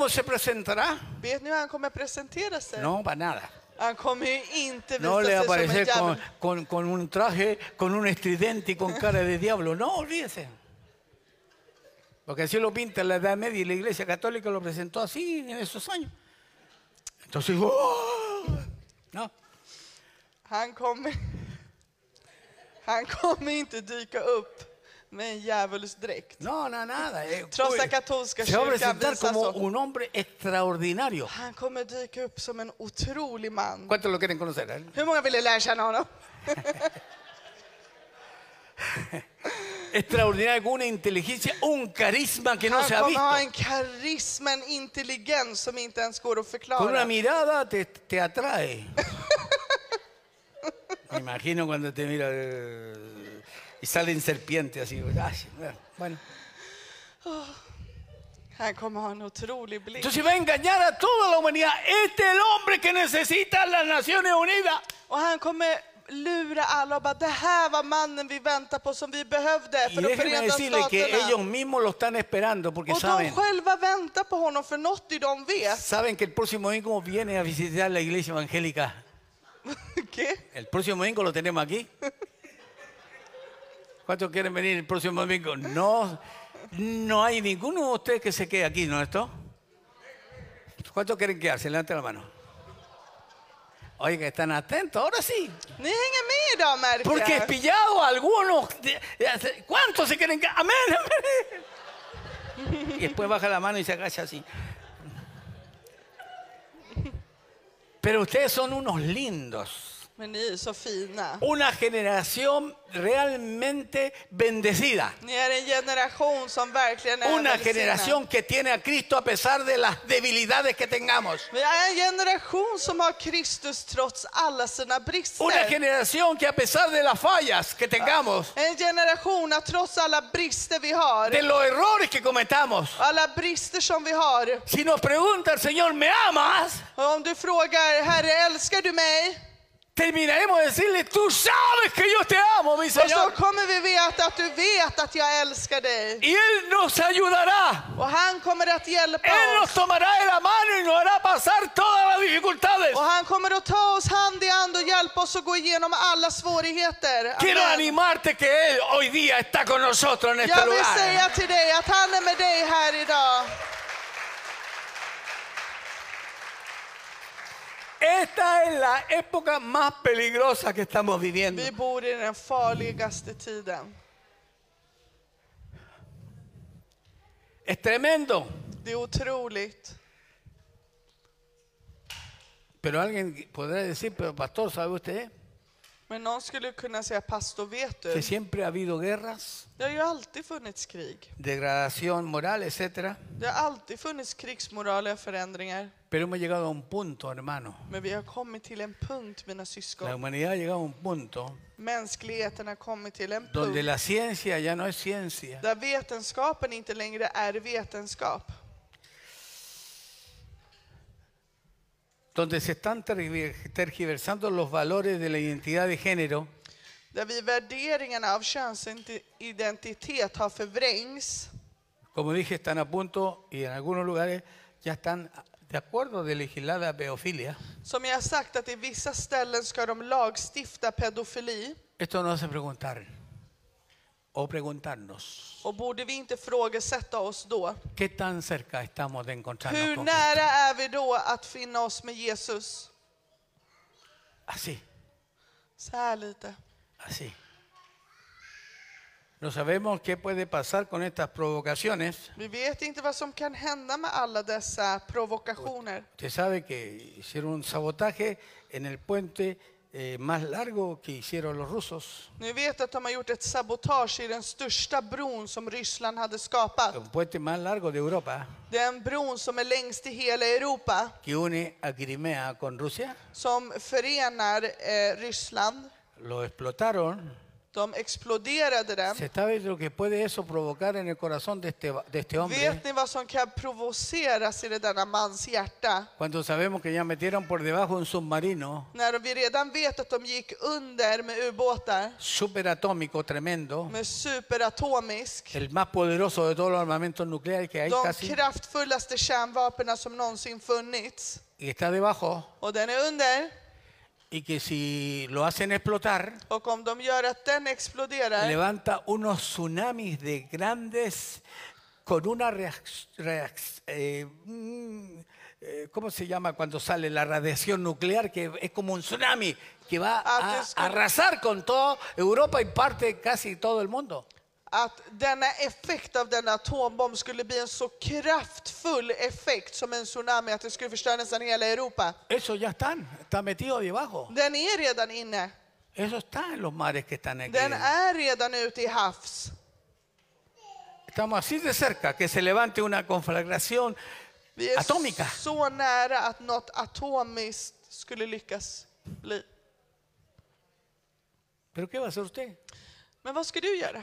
S1: "Oh". eh. eh? eh,
S2: Ah, Han kommer ha en otrolig blick.
S1: Entonces va a engañar a toda la humanidad. Este es el hombre que necesita las Naciones Unidas.
S2: Och han kommer lura alla och bara det här var mannen vi väntade på som vi behövde
S1: Y
S2: för att
S1: déjenme
S2: Förenta
S1: decirle que ellos
S2: Staterna.
S1: mismos lo están esperando porque
S2: Och de
S1: saben,
S2: själva väntar på honom för något i de vet.
S1: saben que el próximo domingo viene a visitar la iglesia evangélica.
S2: Okej.
S1: El próximo domingo lo tenemos aquí. ¿Cuántos quieren venir el próximo domingo? No, no hay ninguno de ustedes que se quede aquí, ¿no es esto? ¿Cuántos quieren quedarse? Levanten la mano. Oiga, están atentos, ahora sí.
S2: Ni hänger med idag märker
S1: Porque es
S2: jag.
S1: pillado a algunos. de- de hace- ¿Cuántos se quieren quedar? Amén, amén. Y después baja la mano y se agacha así. Pero ustedes son unos lindos.
S2: Men ni är så fina.
S1: una generación realmente bendecida.
S2: Ni är en generation som verkligen är
S1: Una
S2: välsignad.
S1: generación que tiene a Cristo a pesar de las debilidades que tengamos.
S2: Vi är en generation som har Kristus trots alla sina
S1: Una
S2: brister.
S1: generación que a pesar de las fallas que tengamos,
S2: En generation att trots alla brister vi har,
S1: de los errores que cometamos,
S2: alla brister som vi har,
S1: si nos pregunta el Señor, ¿me amas?
S2: och om du frågar Herre älskar du mig?
S1: Terminaremos de decirle, tú sabes que yo te amo, mi
S2: Och så
S1: Señor.
S2: kommer vi veta att du vet att jag älskar dig.
S1: Y Él nos ayudará.
S2: Och han kommer att hjälpa
S1: Él nos
S2: oss.
S1: tomará de la mano y nos hará pasar todas las dificultades.
S2: Och han kommer att ta oss hand i hand och hjälpa oss att gå igenom alla svårigheter.
S1: Quiero
S2: Amen.
S1: animarte que Él hoy día está con nosotros en este
S2: Jag vill
S1: lugar.
S2: säga till dig att han är med dig här idag.
S1: Esta es la época más peligrosa que estamos viviendo.
S2: Vi bor i den farligaste tiden.
S1: Es tremendo.
S2: Det är otroligt.
S1: Pero alguien podrá decir, pero pastor, ¿sabe usted
S2: Men någon skulle kunna säga, pastor vet
S1: que
S2: du,
S1: siempre ha habido guerras,
S2: det har ju alltid funnits krig.
S1: degradación moral, etcétera?
S2: Det har alltid funnits krigsmoraliga förändringar.
S1: Pero hemos llegado a un punto, hermano.
S2: Men vi har kommit till en punkt, mina
S1: La
S2: syskon.
S1: humanidad ha llegado a un punto
S2: Mänskligheten har kommit till en
S1: donde
S2: punkt
S1: la ciencia ya no es ciencia.
S2: där vetenskapen inte längre är vetenskap.
S1: Donde se están tergiver- tergiversando los valores de la identidad de género
S2: Där vi värderingarna av könsidentitet har förvrängts.
S1: Como dije, están a punto y en algunos lugares ya están de acuerdo de legislar la pedofilia.
S2: Som jag har sagt att i vissa ställen ska de lagstifta pedofili.
S1: Esto nos hace preguntar o preguntarnos
S2: Och borde vi inte frågesätta oss då?
S1: qué tan cerca estamos de encontrarnos
S2: Hur
S1: con Cristo?
S2: nära är vi då att finna oss med Jesus?
S1: Así,
S2: Så här lite.
S1: así. No sabemos qué puede pasar con estas provocaciones.
S2: Vi vet inte vad som kan hända med alla dessa provokationer.
S1: Usted sabe que hicieron un sabotaje en el puente eh, más largo que hicieron los rusos.
S2: Ni vet att de har gjort ett sabotage i den största bron som Ryssland hade skapat.
S1: Un puente más largo de Europa
S2: Den bron som är längst i hela Europa,
S1: que une a Crimea con Rusia.
S2: som förenar eh, Ryssland.
S1: Lo explotaron
S2: De exploderade den.
S1: ¿Se sabe lo que puede eso provocar en el corazón de este, de este hombre?
S2: Vet ni vad som kan provoceras i det denna mans hjärta?
S1: Cuando sabemos que ya metieron por debajo un submarino
S2: När vi redan vet att de gick under med ubåtar,
S1: superatómico tremendo,
S2: med superatomisk,
S1: el más poderoso de todos los armamentos nucleares que hay
S2: de
S1: casi,
S2: kraftfullaste kärnvapnen som någonsin funnits,
S1: y está debajo,
S2: och den är under,
S1: y que si lo hacen explotar,
S2: och om de gör att den exploderar,
S1: levanta unos tsunamis de grandes con una reac- reac- eh, mm, eh, ¿Cómo se llama cuando sale la radiación nuclear? Que es como un tsunami que va a,
S2: Antes que-
S1: a arrasar con toda Europa y parte casi todo el mundo.
S2: att denna effekt av denna atombomb skulle bli en så kraftfull effekt som en tsunami att det skulle förstöra nästan hela Europa.
S1: Eso ya están, está metido debajo.
S2: Den är redan inne.
S1: Eso está en los mares que están aquí.
S2: Den är redan ute i havs.
S1: Estamos así de cerca que se levante una conflagración
S2: Vi är
S1: atómica.
S2: så nära att något atomiskt skulle lyckas bli.
S1: ¿Pero qué va a hacer usted?
S2: Men vad ska du göra?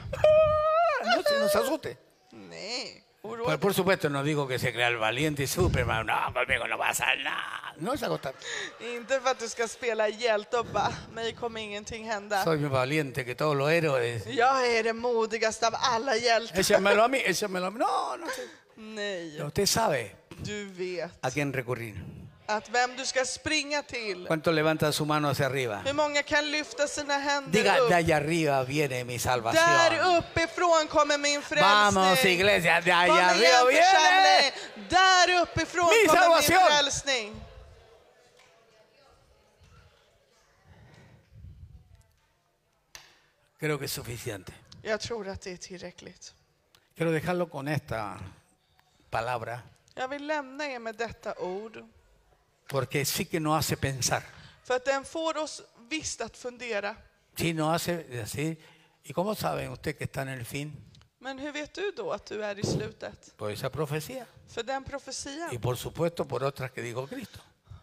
S1: No se nos asuste.
S2: Nej. Och
S1: Por,
S2: rådet,
S1: por supuesto, no digo que se crea el valiente y Superman. No, conmigo no pasa nada. No es acostar.
S2: inte för att du ska spela hjälte och bara, mig kommer ingenting hända.
S1: Soy más valiente que todos los héroes.
S2: Jag är den modigaste av alla hjältar.
S1: Échamelo a mí, échamelo a mí. No, no sé.
S2: Nej,
S1: Usted sabe
S2: du vet
S1: a quién recurrir.
S2: att vem du ska springa till.
S1: ¿Cuánto levanta su mano hacia arriba?
S2: Hur många kan lyfta sina händer
S1: Diga, de
S2: upp?
S1: allá arriba viene mi salvación.
S2: Där uppifrån kommer min
S1: Vamos,
S2: frälsning.
S1: iglesia, de
S2: Kom
S1: allá arriba
S2: igen
S1: viene.
S2: församling. Där uppifrån
S1: Min
S2: kommer min
S1: salvation.
S2: frälsning.
S1: Creo que es suficiente.
S2: Jag tror att det är tillräckligt.
S1: Quiero dejarlo con esta palabra,
S2: Jag vill lämna er med detta ord.
S1: porque sí que nos hace pensar.
S2: För att den får oss visst att fundera.
S1: Sí nos hace decir, ¿y cómo saben usted que está en el fin?
S2: Men hur vet du då att du är i slutet?
S1: Por esa profecía.
S2: För den
S1: Y
S2: profetian.
S1: por supuesto por otras que dijo Cristo.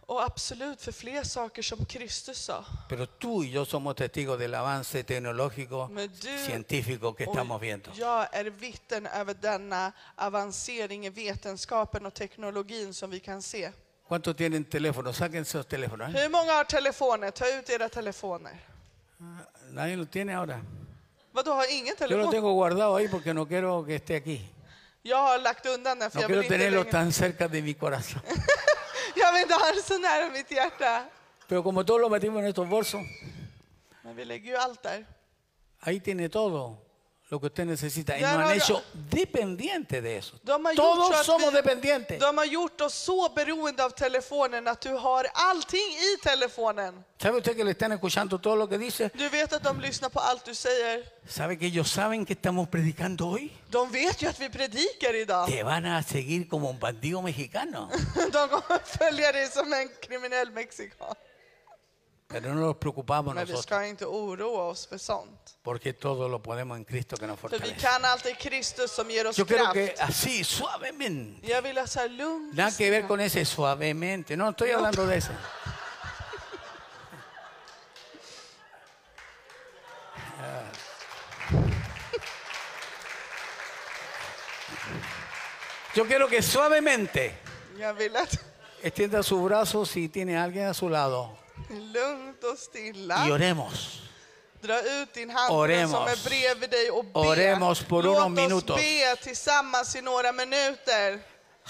S2: Och absolut för fler saker som Kristus sa.
S1: Pero tú y yo somos testigos del avance tecnológico,
S2: Men du
S1: científico que estamos
S2: och
S1: viendo.
S2: jag är vittnen över denna avancering i vetenskapen och teknologin som vi kan se.
S1: ¿Cuántos tienen teléfono? Saquen esos teléfonos. ¿eh?
S2: Hur många har telefoner? Ta ut era telefoner.
S1: Nadie lo tiene ahora.
S2: Vadå, har ingen
S1: Yo lo
S2: telefon?
S1: tengo guardado ahí porque no quiero que esté aquí.
S2: Jag har lagt undan den för
S1: No
S2: jag, vill
S1: quiero
S2: inte
S1: tenerlo
S2: längre...
S1: tan cerca de mi corazón.
S2: jag vill inte ha den så nära mitt hjärta.
S1: Pero como todo lo metimos en estos bolsos,
S2: Men vi lägger ju allt där.
S1: ahí tiene todo lo que usted necesita. Y
S2: Ya
S1: nos
S2: no
S1: han
S2: lo-
S1: hecho dependientes de eso.
S2: De har, gjort
S1: Todos
S2: så
S1: somos
S2: att vi,
S1: dependientes.
S2: de har gjort oss så beroende av telefonen att du har allting i telefonen.
S1: ¿Sabe usted que le están escuchando todo lo que dice?
S2: Du vet att de lyssnar på allt du säger.
S1: ¿Sabe que ellos saben que estamos predicando hoy?
S2: De vet ju att vi predikar idag.
S1: Te van a seguir como un bandido mexicano.
S2: De kommer följa dig som en kriminell mexikan.
S1: Pero no nos preocupamos
S2: Men vi
S1: nosotros,
S2: ska inte oroa oss för sånt.
S1: porque todo lo podemos en Cristo que nos
S2: För vi
S1: fortalece.
S2: kan alltid Kristus som ger oss
S1: Yo creo que
S2: kraft.
S1: así, suavemente.
S2: Jag vill ha så här lugnt.
S1: Nada que ver con ese suavemente. No, estoy hablando de eso. Yo quiero que suavemente
S2: Jag vill att
S1: extienda su brazo si tiene alguien a su lado
S2: lugnt och stilla.
S1: y oremos.
S2: Dra ut din hand till den
S1: Oremos.
S2: som är bredvid dig och be.
S1: Oremos por
S2: Låt
S1: unos
S2: oss
S1: minutos.
S2: be tillsammans i några minuter.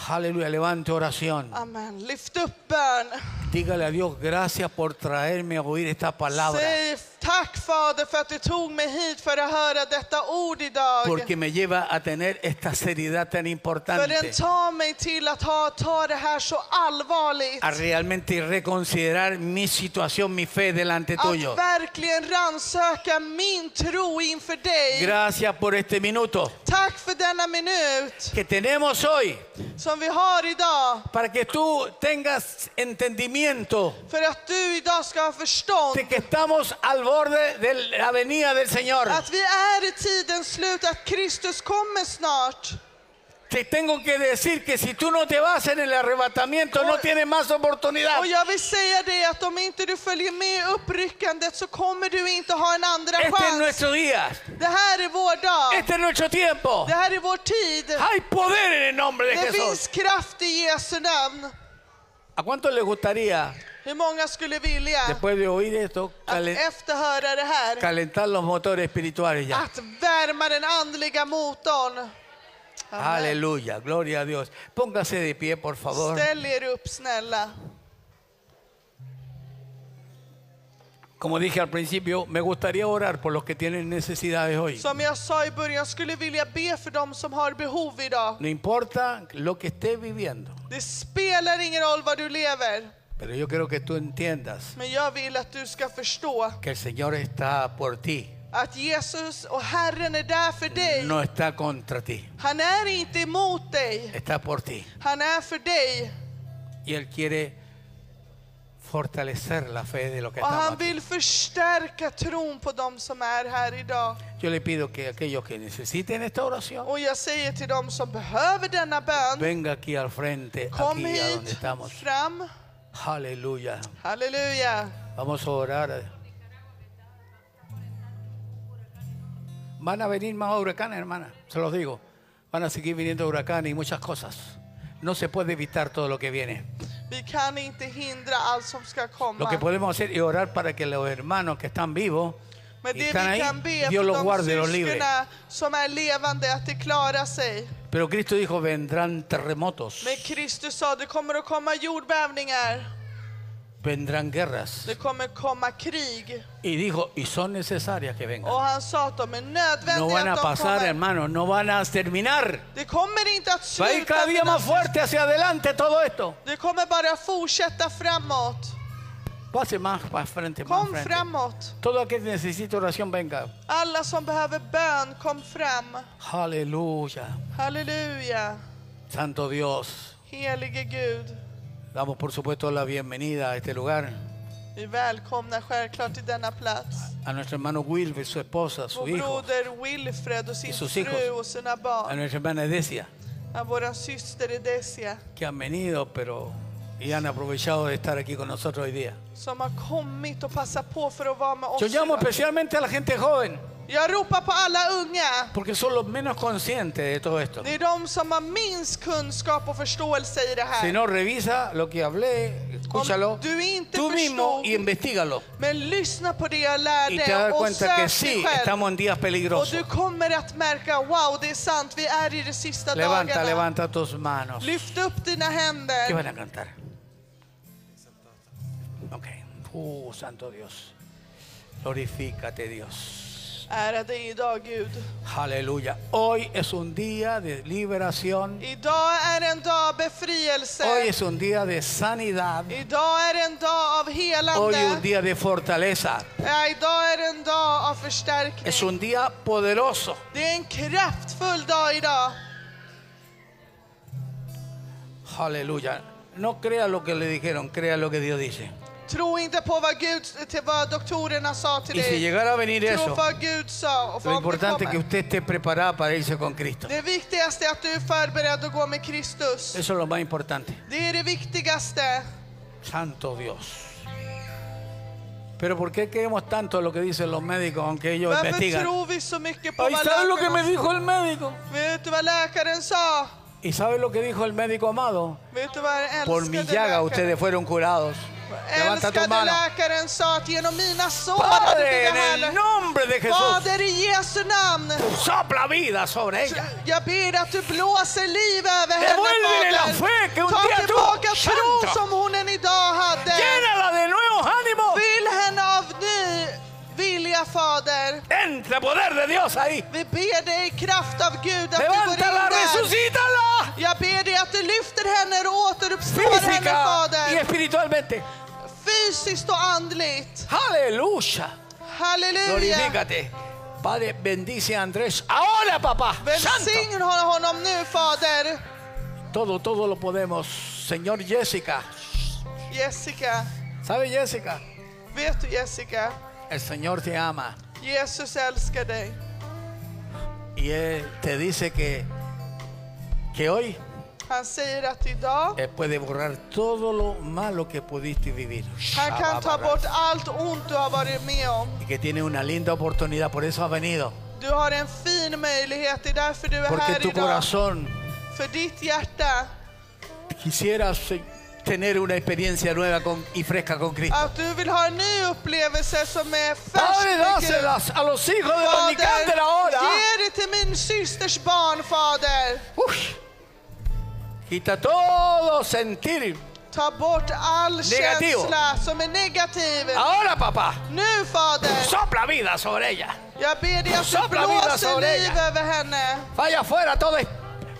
S1: Aleluya, levante oración.
S2: Amen. Lyft upp bön.
S1: Dígale a Dios gracias por traerme a oír esta palabra,
S2: Säg tack Fader för att du tog mig hit för att höra detta ord idag.
S1: porque me lleva a tener esta seriedad tan
S2: för
S1: importante.
S2: den tar mig till att ha, ta det här så allvarligt.
S1: a realmente reconsiderar mi situación, mi fe delante tuyo.
S2: Att verkligen rannsöka min tro inför dig.
S1: Gracias por este minuto
S2: Tack för denna minut
S1: que tenemos hoy
S2: som vi har idag.
S1: para que tú tengas entendimiento
S2: För att du idag ska ha förstånd.
S1: de que estamos al borde de la venida del Señor.
S2: Att vi är i tidens slut, att Kristus kommer snart.
S1: Te tengo que decir que si tú no te vas en el arrebatamiento no tienes más oportunidad.
S2: Och jag vill säga dig att om inte du följer med i uppryckandet så kommer du inte ha en andra
S1: Este es
S2: chans.
S1: nuestro día,
S2: Det här är vår dag.
S1: este es nuestro tiempo.
S2: Det här är vår tid.
S1: Hay poder en el nombre de
S2: Det
S1: Jesús.
S2: finns kraft i Jesu namn.
S1: ¿A cuánto les gustaría,
S2: Hur många skulle vilja
S1: después de oír esto,
S2: att
S1: calen-
S2: efterhöra det här?
S1: calentar los motores espirituales ya?
S2: Att värma den andliga motorn. Amen.
S1: Aleluya, gloria a Dios. Póngase de pie, por favor.
S2: Ställ er upp snälla.
S1: Como dije al principio, me gustaría orar por los que tienen necesidades hoy.
S2: Som jag sa i början skulle vilja be för dem som har behov idag.
S1: No importa lo que estés viviendo,
S2: Det spelar ingen roll var du lever,
S1: pero yo quiero que tú entiendas
S2: men jag vill att du ska förstå
S1: que el Señor está por ti,
S2: att Jesus och Herren är där för dig.
S1: no está contra ti,
S2: Han är inte emot dig,
S1: está por ti.
S2: han är för dig.
S1: Y Él quiere fortalecer la fe de los que
S2: Och
S1: estamos
S2: han
S1: aquí.
S2: vill förstärka tron på dem som är här idag.
S1: Yo le pido que aquellos que necesiten esta oración,
S2: Och jag säger till dem som behöver denna bön,
S1: venga aquí al frente,
S2: kom
S1: aquí a donde
S2: hit,
S1: estamos.
S2: fram.
S1: Aleluya.
S2: Halleluja.
S1: Vamos a orar. Van a venir más huracanes, hermana, se los digo. Van a seguir viniendo huracanes y muchas cosas. No se puede evitar todo lo que viene.
S2: Vi kan inte hindra allt som ska
S1: Lo que
S2: komma.
S1: podemos hacer es orar para que los hermanos que están vivos
S2: Men
S1: y
S2: det
S1: están
S2: vi
S1: ahí,
S2: kan be
S1: Dios los
S2: för de
S1: guarde, los libre.
S2: syskona som är levande, att de klarar sig.
S1: Pero Cristo dijo, vendrán terremotos,
S2: Men Kristus sa, det kommer att komma jordbävningar.
S1: vendrán guerras.
S2: Det kommer komma krig.
S1: Y dijo, y son necesarias que vengan.
S2: Och han sa att de är
S1: No
S2: nödvändiga
S1: van a
S2: att de
S1: pasar,
S2: kommer.
S1: hermanos, no van a terminar.
S2: Det kommer inte att
S1: Va a ir
S2: sluta.
S1: cada día
S2: mina
S1: más fuerte hacia adelante todo esto.
S2: Det kommer bara fortsätta framåt.
S1: Pase más para frente, más
S2: Kom
S1: frente.
S2: framåt.
S1: Todo aquel que necesita oración, venga.
S2: Alla som behöver bön, kom fram.
S1: Aleluya.
S2: Halleluja.
S1: Santo Dios.
S2: Helige Gud.
S1: Damos por supuesto la bienvenida a este lugar.
S2: Vi välkomnar självklart till denna plats.
S1: A nuestro hermano Wilber, su esposa, su
S2: Vår
S1: hijo.
S2: broder Wilfred och sin
S1: Sus
S2: fru
S1: hijos.
S2: och sina
S1: A
S2: barn.
S1: nuestra hermana Decia,
S2: Ja, Vår syster Edesia
S1: que han venido, pero y han aprovechado de estar aquí con nosotros hoy día.
S2: som har kommit och passat på för att vara med oss.
S1: Yo llamo
S2: idag.
S1: especialmente a la gente joven,
S2: Jag ropar på alla unga.
S1: porque son los menos conscientes de todo esto.
S2: Det är de som har minst kunskap och förståelse i det
S1: Si
S2: här.
S1: no, revisa lo que hablé, escúchalo
S2: Om du inte
S1: tú mismo
S2: förstod-
S1: y investigalo.
S2: Men lyssna på det jag
S1: Y te
S2: lärde
S1: das
S2: och
S1: cuenta que
S2: sök
S1: sí,
S2: dig själv.
S1: estamos en días
S2: Och du
S1: peligrosos.
S2: kommer att märka, wow, det är sant, vi är i de sista
S1: Levanta,
S2: dagarna.
S1: levanta tus manos.
S2: Lyft upp dina
S1: ¿Qué
S2: händer.
S1: van a cantar? Ok. Uh, Santo Dios. Glorifícate, Dios.
S2: Ära dig idag, Gud.
S1: Aleluya. Hoy es un día de liberación.
S2: Idag är en dag av befrielse.
S1: Hoy es un día de sanidad.
S2: Idag är en dag av
S1: Hoy
S2: helande.
S1: es un día de fortaleza.
S2: Ja, idag är en dag av
S1: Es
S2: förstärkning.
S1: un día poderoso.
S2: Det är en kraftfull dag idag.
S1: Aleluya. No crea lo que le dijeron, crea lo que Dios dice.
S2: Tro inte på vad, Gud, till vad doktorerna sa till
S1: Y si
S2: dig.
S1: llegara a venir
S2: Tro
S1: eso,
S2: på vad Gud sa och
S1: lo
S2: vad det
S1: importante es que
S2: kommer.
S1: usted esté preparada para irse con Cristo.
S2: Det viktigaste är att du är förberedd att gå med Kristus.
S1: Eso es lo más importante.
S2: Det är det viktigaste.
S1: Santo Dios. Pero ¿por qué creemos tanto lo que dicen los médicos, aunque ellos
S2: Varför
S1: investigan?
S2: tror vi så mycket på
S1: Ay,
S2: vad
S1: ¿sabes lo que me
S2: läkaren
S1: dijo el médico?
S2: Vet du vad läkaren sa?
S1: ¿Y sabes lo que dijo el médico amado?
S2: Vet du vad den
S1: Por
S2: älskade
S1: mi llaga
S2: läkaren?
S1: ustedes fueron curados. Levanta tu
S2: Älskade
S1: mano.
S2: läkaren sa att genom mina sår hade
S1: Padre,
S2: dina
S1: en el
S2: härliga...
S1: nombre de Jesús,
S2: Fader i Jesu namn,
S1: sopla vida sobre ella.
S2: jag ber att du blåser liv över
S1: Devuélvele
S2: henne,
S1: la fe que un día
S2: Fader. Ta tillbaka
S1: tuvo.
S2: tron
S1: Santo.
S2: som hon än idag hade.
S1: Llénala de nuevos ánimos.
S2: Fyll henne av ny vilja, Fader.
S1: Entra poder de Dios ahí.
S2: Vi ber dig i kraft av Gud att du går in
S1: Levántala,
S2: där.
S1: resucítala.
S2: Jag ber dig att du lyfter henne och återuppstår henne,
S1: Física y
S2: Fader.
S1: espiritualmente.
S2: Fysiskt och andligt.
S1: Aleluya.
S2: Halleluja.
S1: Glorifícate. Padre, bendice a Andrés. Ahora, papá. Santo.
S2: Välsign honom nu, Fader.
S1: Todo, todo lo podemos. Señor Jessica.
S2: Jessica,
S1: ¿Sabe Jessica?
S2: vet du Jessica?
S1: El Señor te ama.
S2: Jesus älskar dig.
S1: Y Él te dice que, que hoy
S2: Han säger att idag,
S1: Él puede borrar todo lo malo que pudiste vivir.
S2: han kan ta bort allt ont du har varit med om.
S1: Y que tiene una linda oportunidad. Por eso has venido.
S2: Du har en fin möjlighet, det är därför du är
S1: Porque
S2: här
S1: tu
S2: idag.
S1: corazón
S2: För ditt hjärta,
S1: quisiera se- tener una experiencia nueva con- y fresca con Cristo.
S2: att du vill ha en ny upplevelse som är färsk
S1: Padre,
S2: med Gud.
S1: dáselas a los hijos de los
S2: Fader,
S1: Nicándera ahora.
S2: ge det till min systers barn, Fader.
S1: Uy. Quita todo sentir.
S2: Ta bort all
S1: Negativ.
S2: känsla som är negativ.
S1: Ahora, papá,
S2: Nu, Fader.
S1: sopla vida sobre ella.
S2: Jag ber dig att du
S1: Sopla vida
S2: blåser
S1: sobre
S2: liv
S1: ella.
S2: över henne.
S1: Vaya afuera todo, es-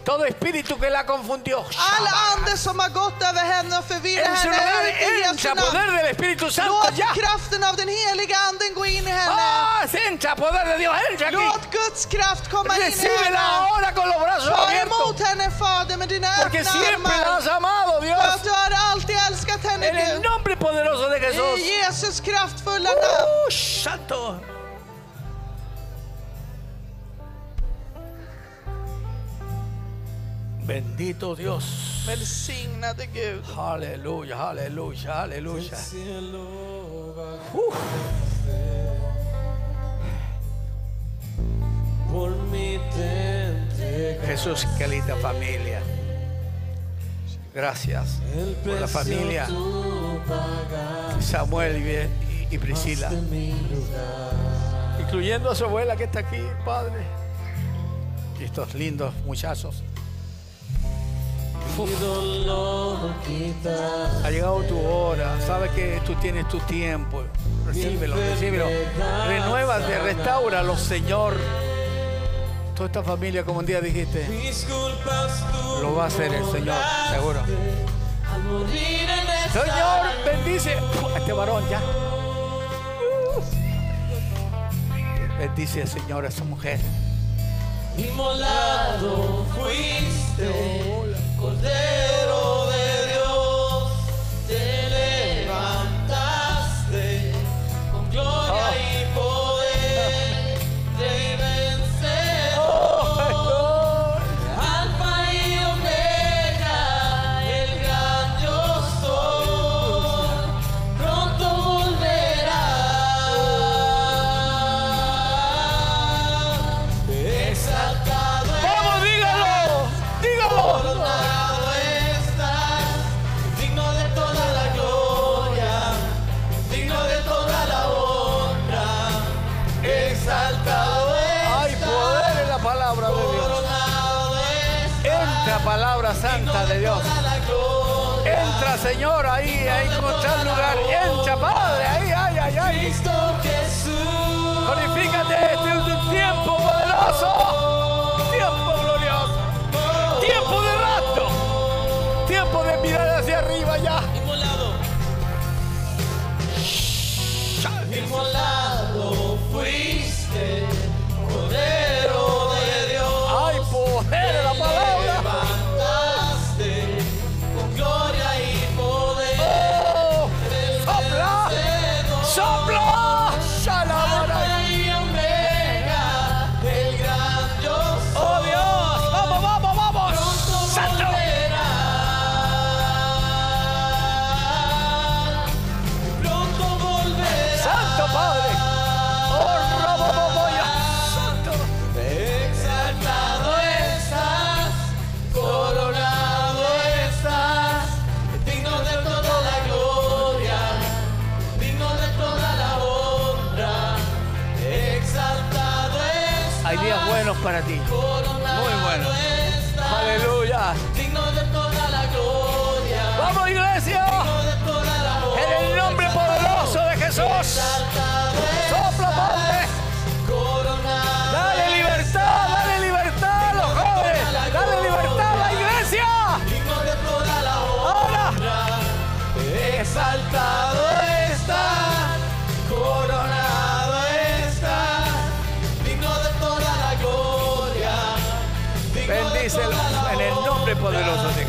S1: todo espíritu que la confundió.
S2: All ande som har gått över henne och förvirrat
S1: En su lugar
S2: henne ut i Jesu
S1: entra
S2: namn.
S1: poder del Espíritu Santo
S2: Låt
S1: ya.
S2: kraften av den heliga anden gå in i henne.
S1: ¡Ah! entra poder de Dios, entra aquí.
S2: Låt Guds kraft komma in i
S1: Recíbela
S2: henne.
S1: ahora con los brazos
S2: Ta
S1: abiertos.
S2: emot henne Fader med dina
S1: Porque
S2: öppna
S1: siempre la
S2: armar.
S1: has amado, Dios.
S2: För att du har alltid älskat henne
S1: En el
S2: Gud.
S1: nombre poderoso de Jesús.
S2: I Jesus kraftfulla namn.
S1: ¡Uh, santo! Bendito Dios.
S2: Välsignade Gud.
S1: Aleluya, aleluya, aleluya.
S3: Uf. Por mí te entregaré.
S1: Jesús, qué linda familia. Gracias
S3: El
S1: por la
S3: precio
S1: familia
S3: tú pagaste
S1: Samuel y- y, y Priscila,
S3: en mi lugar.
S1: incluyendo a su abuela que está aquí, Padre. Y estos lindos muchachos.
S3: Mi dolor quitaste.
S1: Ha llegado tu hora, sabes que tú tienes tu tiempo. Recíbelo, recíbelo. Renuévate, restáuralo, Señor. Toda esta familia, como un día dijiste,
S3: Mis culpas tú
S1: lo va a hacer el Señor, seguro.
S3: al morir en esta
S1: Señor, bendice a este varón ya. Bendice, Señor, a su mujer.
S3: Inmolado fuiste, Cordero de Dios, te levantaste con gloria y poder, rey vencedor, alfa y omega, el gran yo soy, pronto volverás. Exaltado
S1: ¡Vamos, dígalo! ¡Dígalo!
S3: Coronado estás, digno de toda la gloria, digno de toda la honra, exaltado
S1: Hay
S3: estás,
S1: poder en la palabra de Dios.
S3: coronado estás,
S1: Entra, palabra santa de Dios.
S3: toda la gloria,
S1: Entra, Señor, ahí, ahí encontrar lugar. Entra, Padre, ahí, ay, ay, ay.
S3: Cristo Jesús,
S1: Glorifícate, este es un tiempo poderoso. Tiempo glorioso. Tiempo de rato. Tiempo de mirar hacia arriba ya.
S3: inmolado, inmolado fuiste, Cordero de Dios.
S1: Hay poder en la palabra.
S3: levantaste con gloria y poder.
S1: Oh, sopla, sopla. Shalabara.
S3: Alfa y Omega, el gran yo soy,
S1: Oh Dios, vamos, vamos,
S3: pronto
S1: vamos. Santo.
S3: volverás. Pronto volverás.
S1: Santo Padre. Oh, robo, bobo, Santo.
S3: Exaltado estás, coronado estás, digno de toda la gloria, digno de toda la honra. Exaltado estás,
S1: Hay días buenos para ti.
S3: coronado
S1: Muy bueno.
S3: estás,
S1: Aleluya.
S3: digno de toda la gloria,
S1: Vamos, iglesia.
S3: digno de toda la honra.
S1: En el nombre poderoso de Jesús.
S3: Exaltado
S1: Sopla, Padre.
S3: estás, coronado
S1: Dale libertad, dale libertad a los jóvenes. Dale libertad a la iglesia.
S3: digno de toda la honra.
S1: Ahora.
S3: Exaltado está, coronado está, digno de toda la gloria. digno de
S1: Bendícelo
S3: toda la
S1: en el nombre poderoso de
S3: Oh,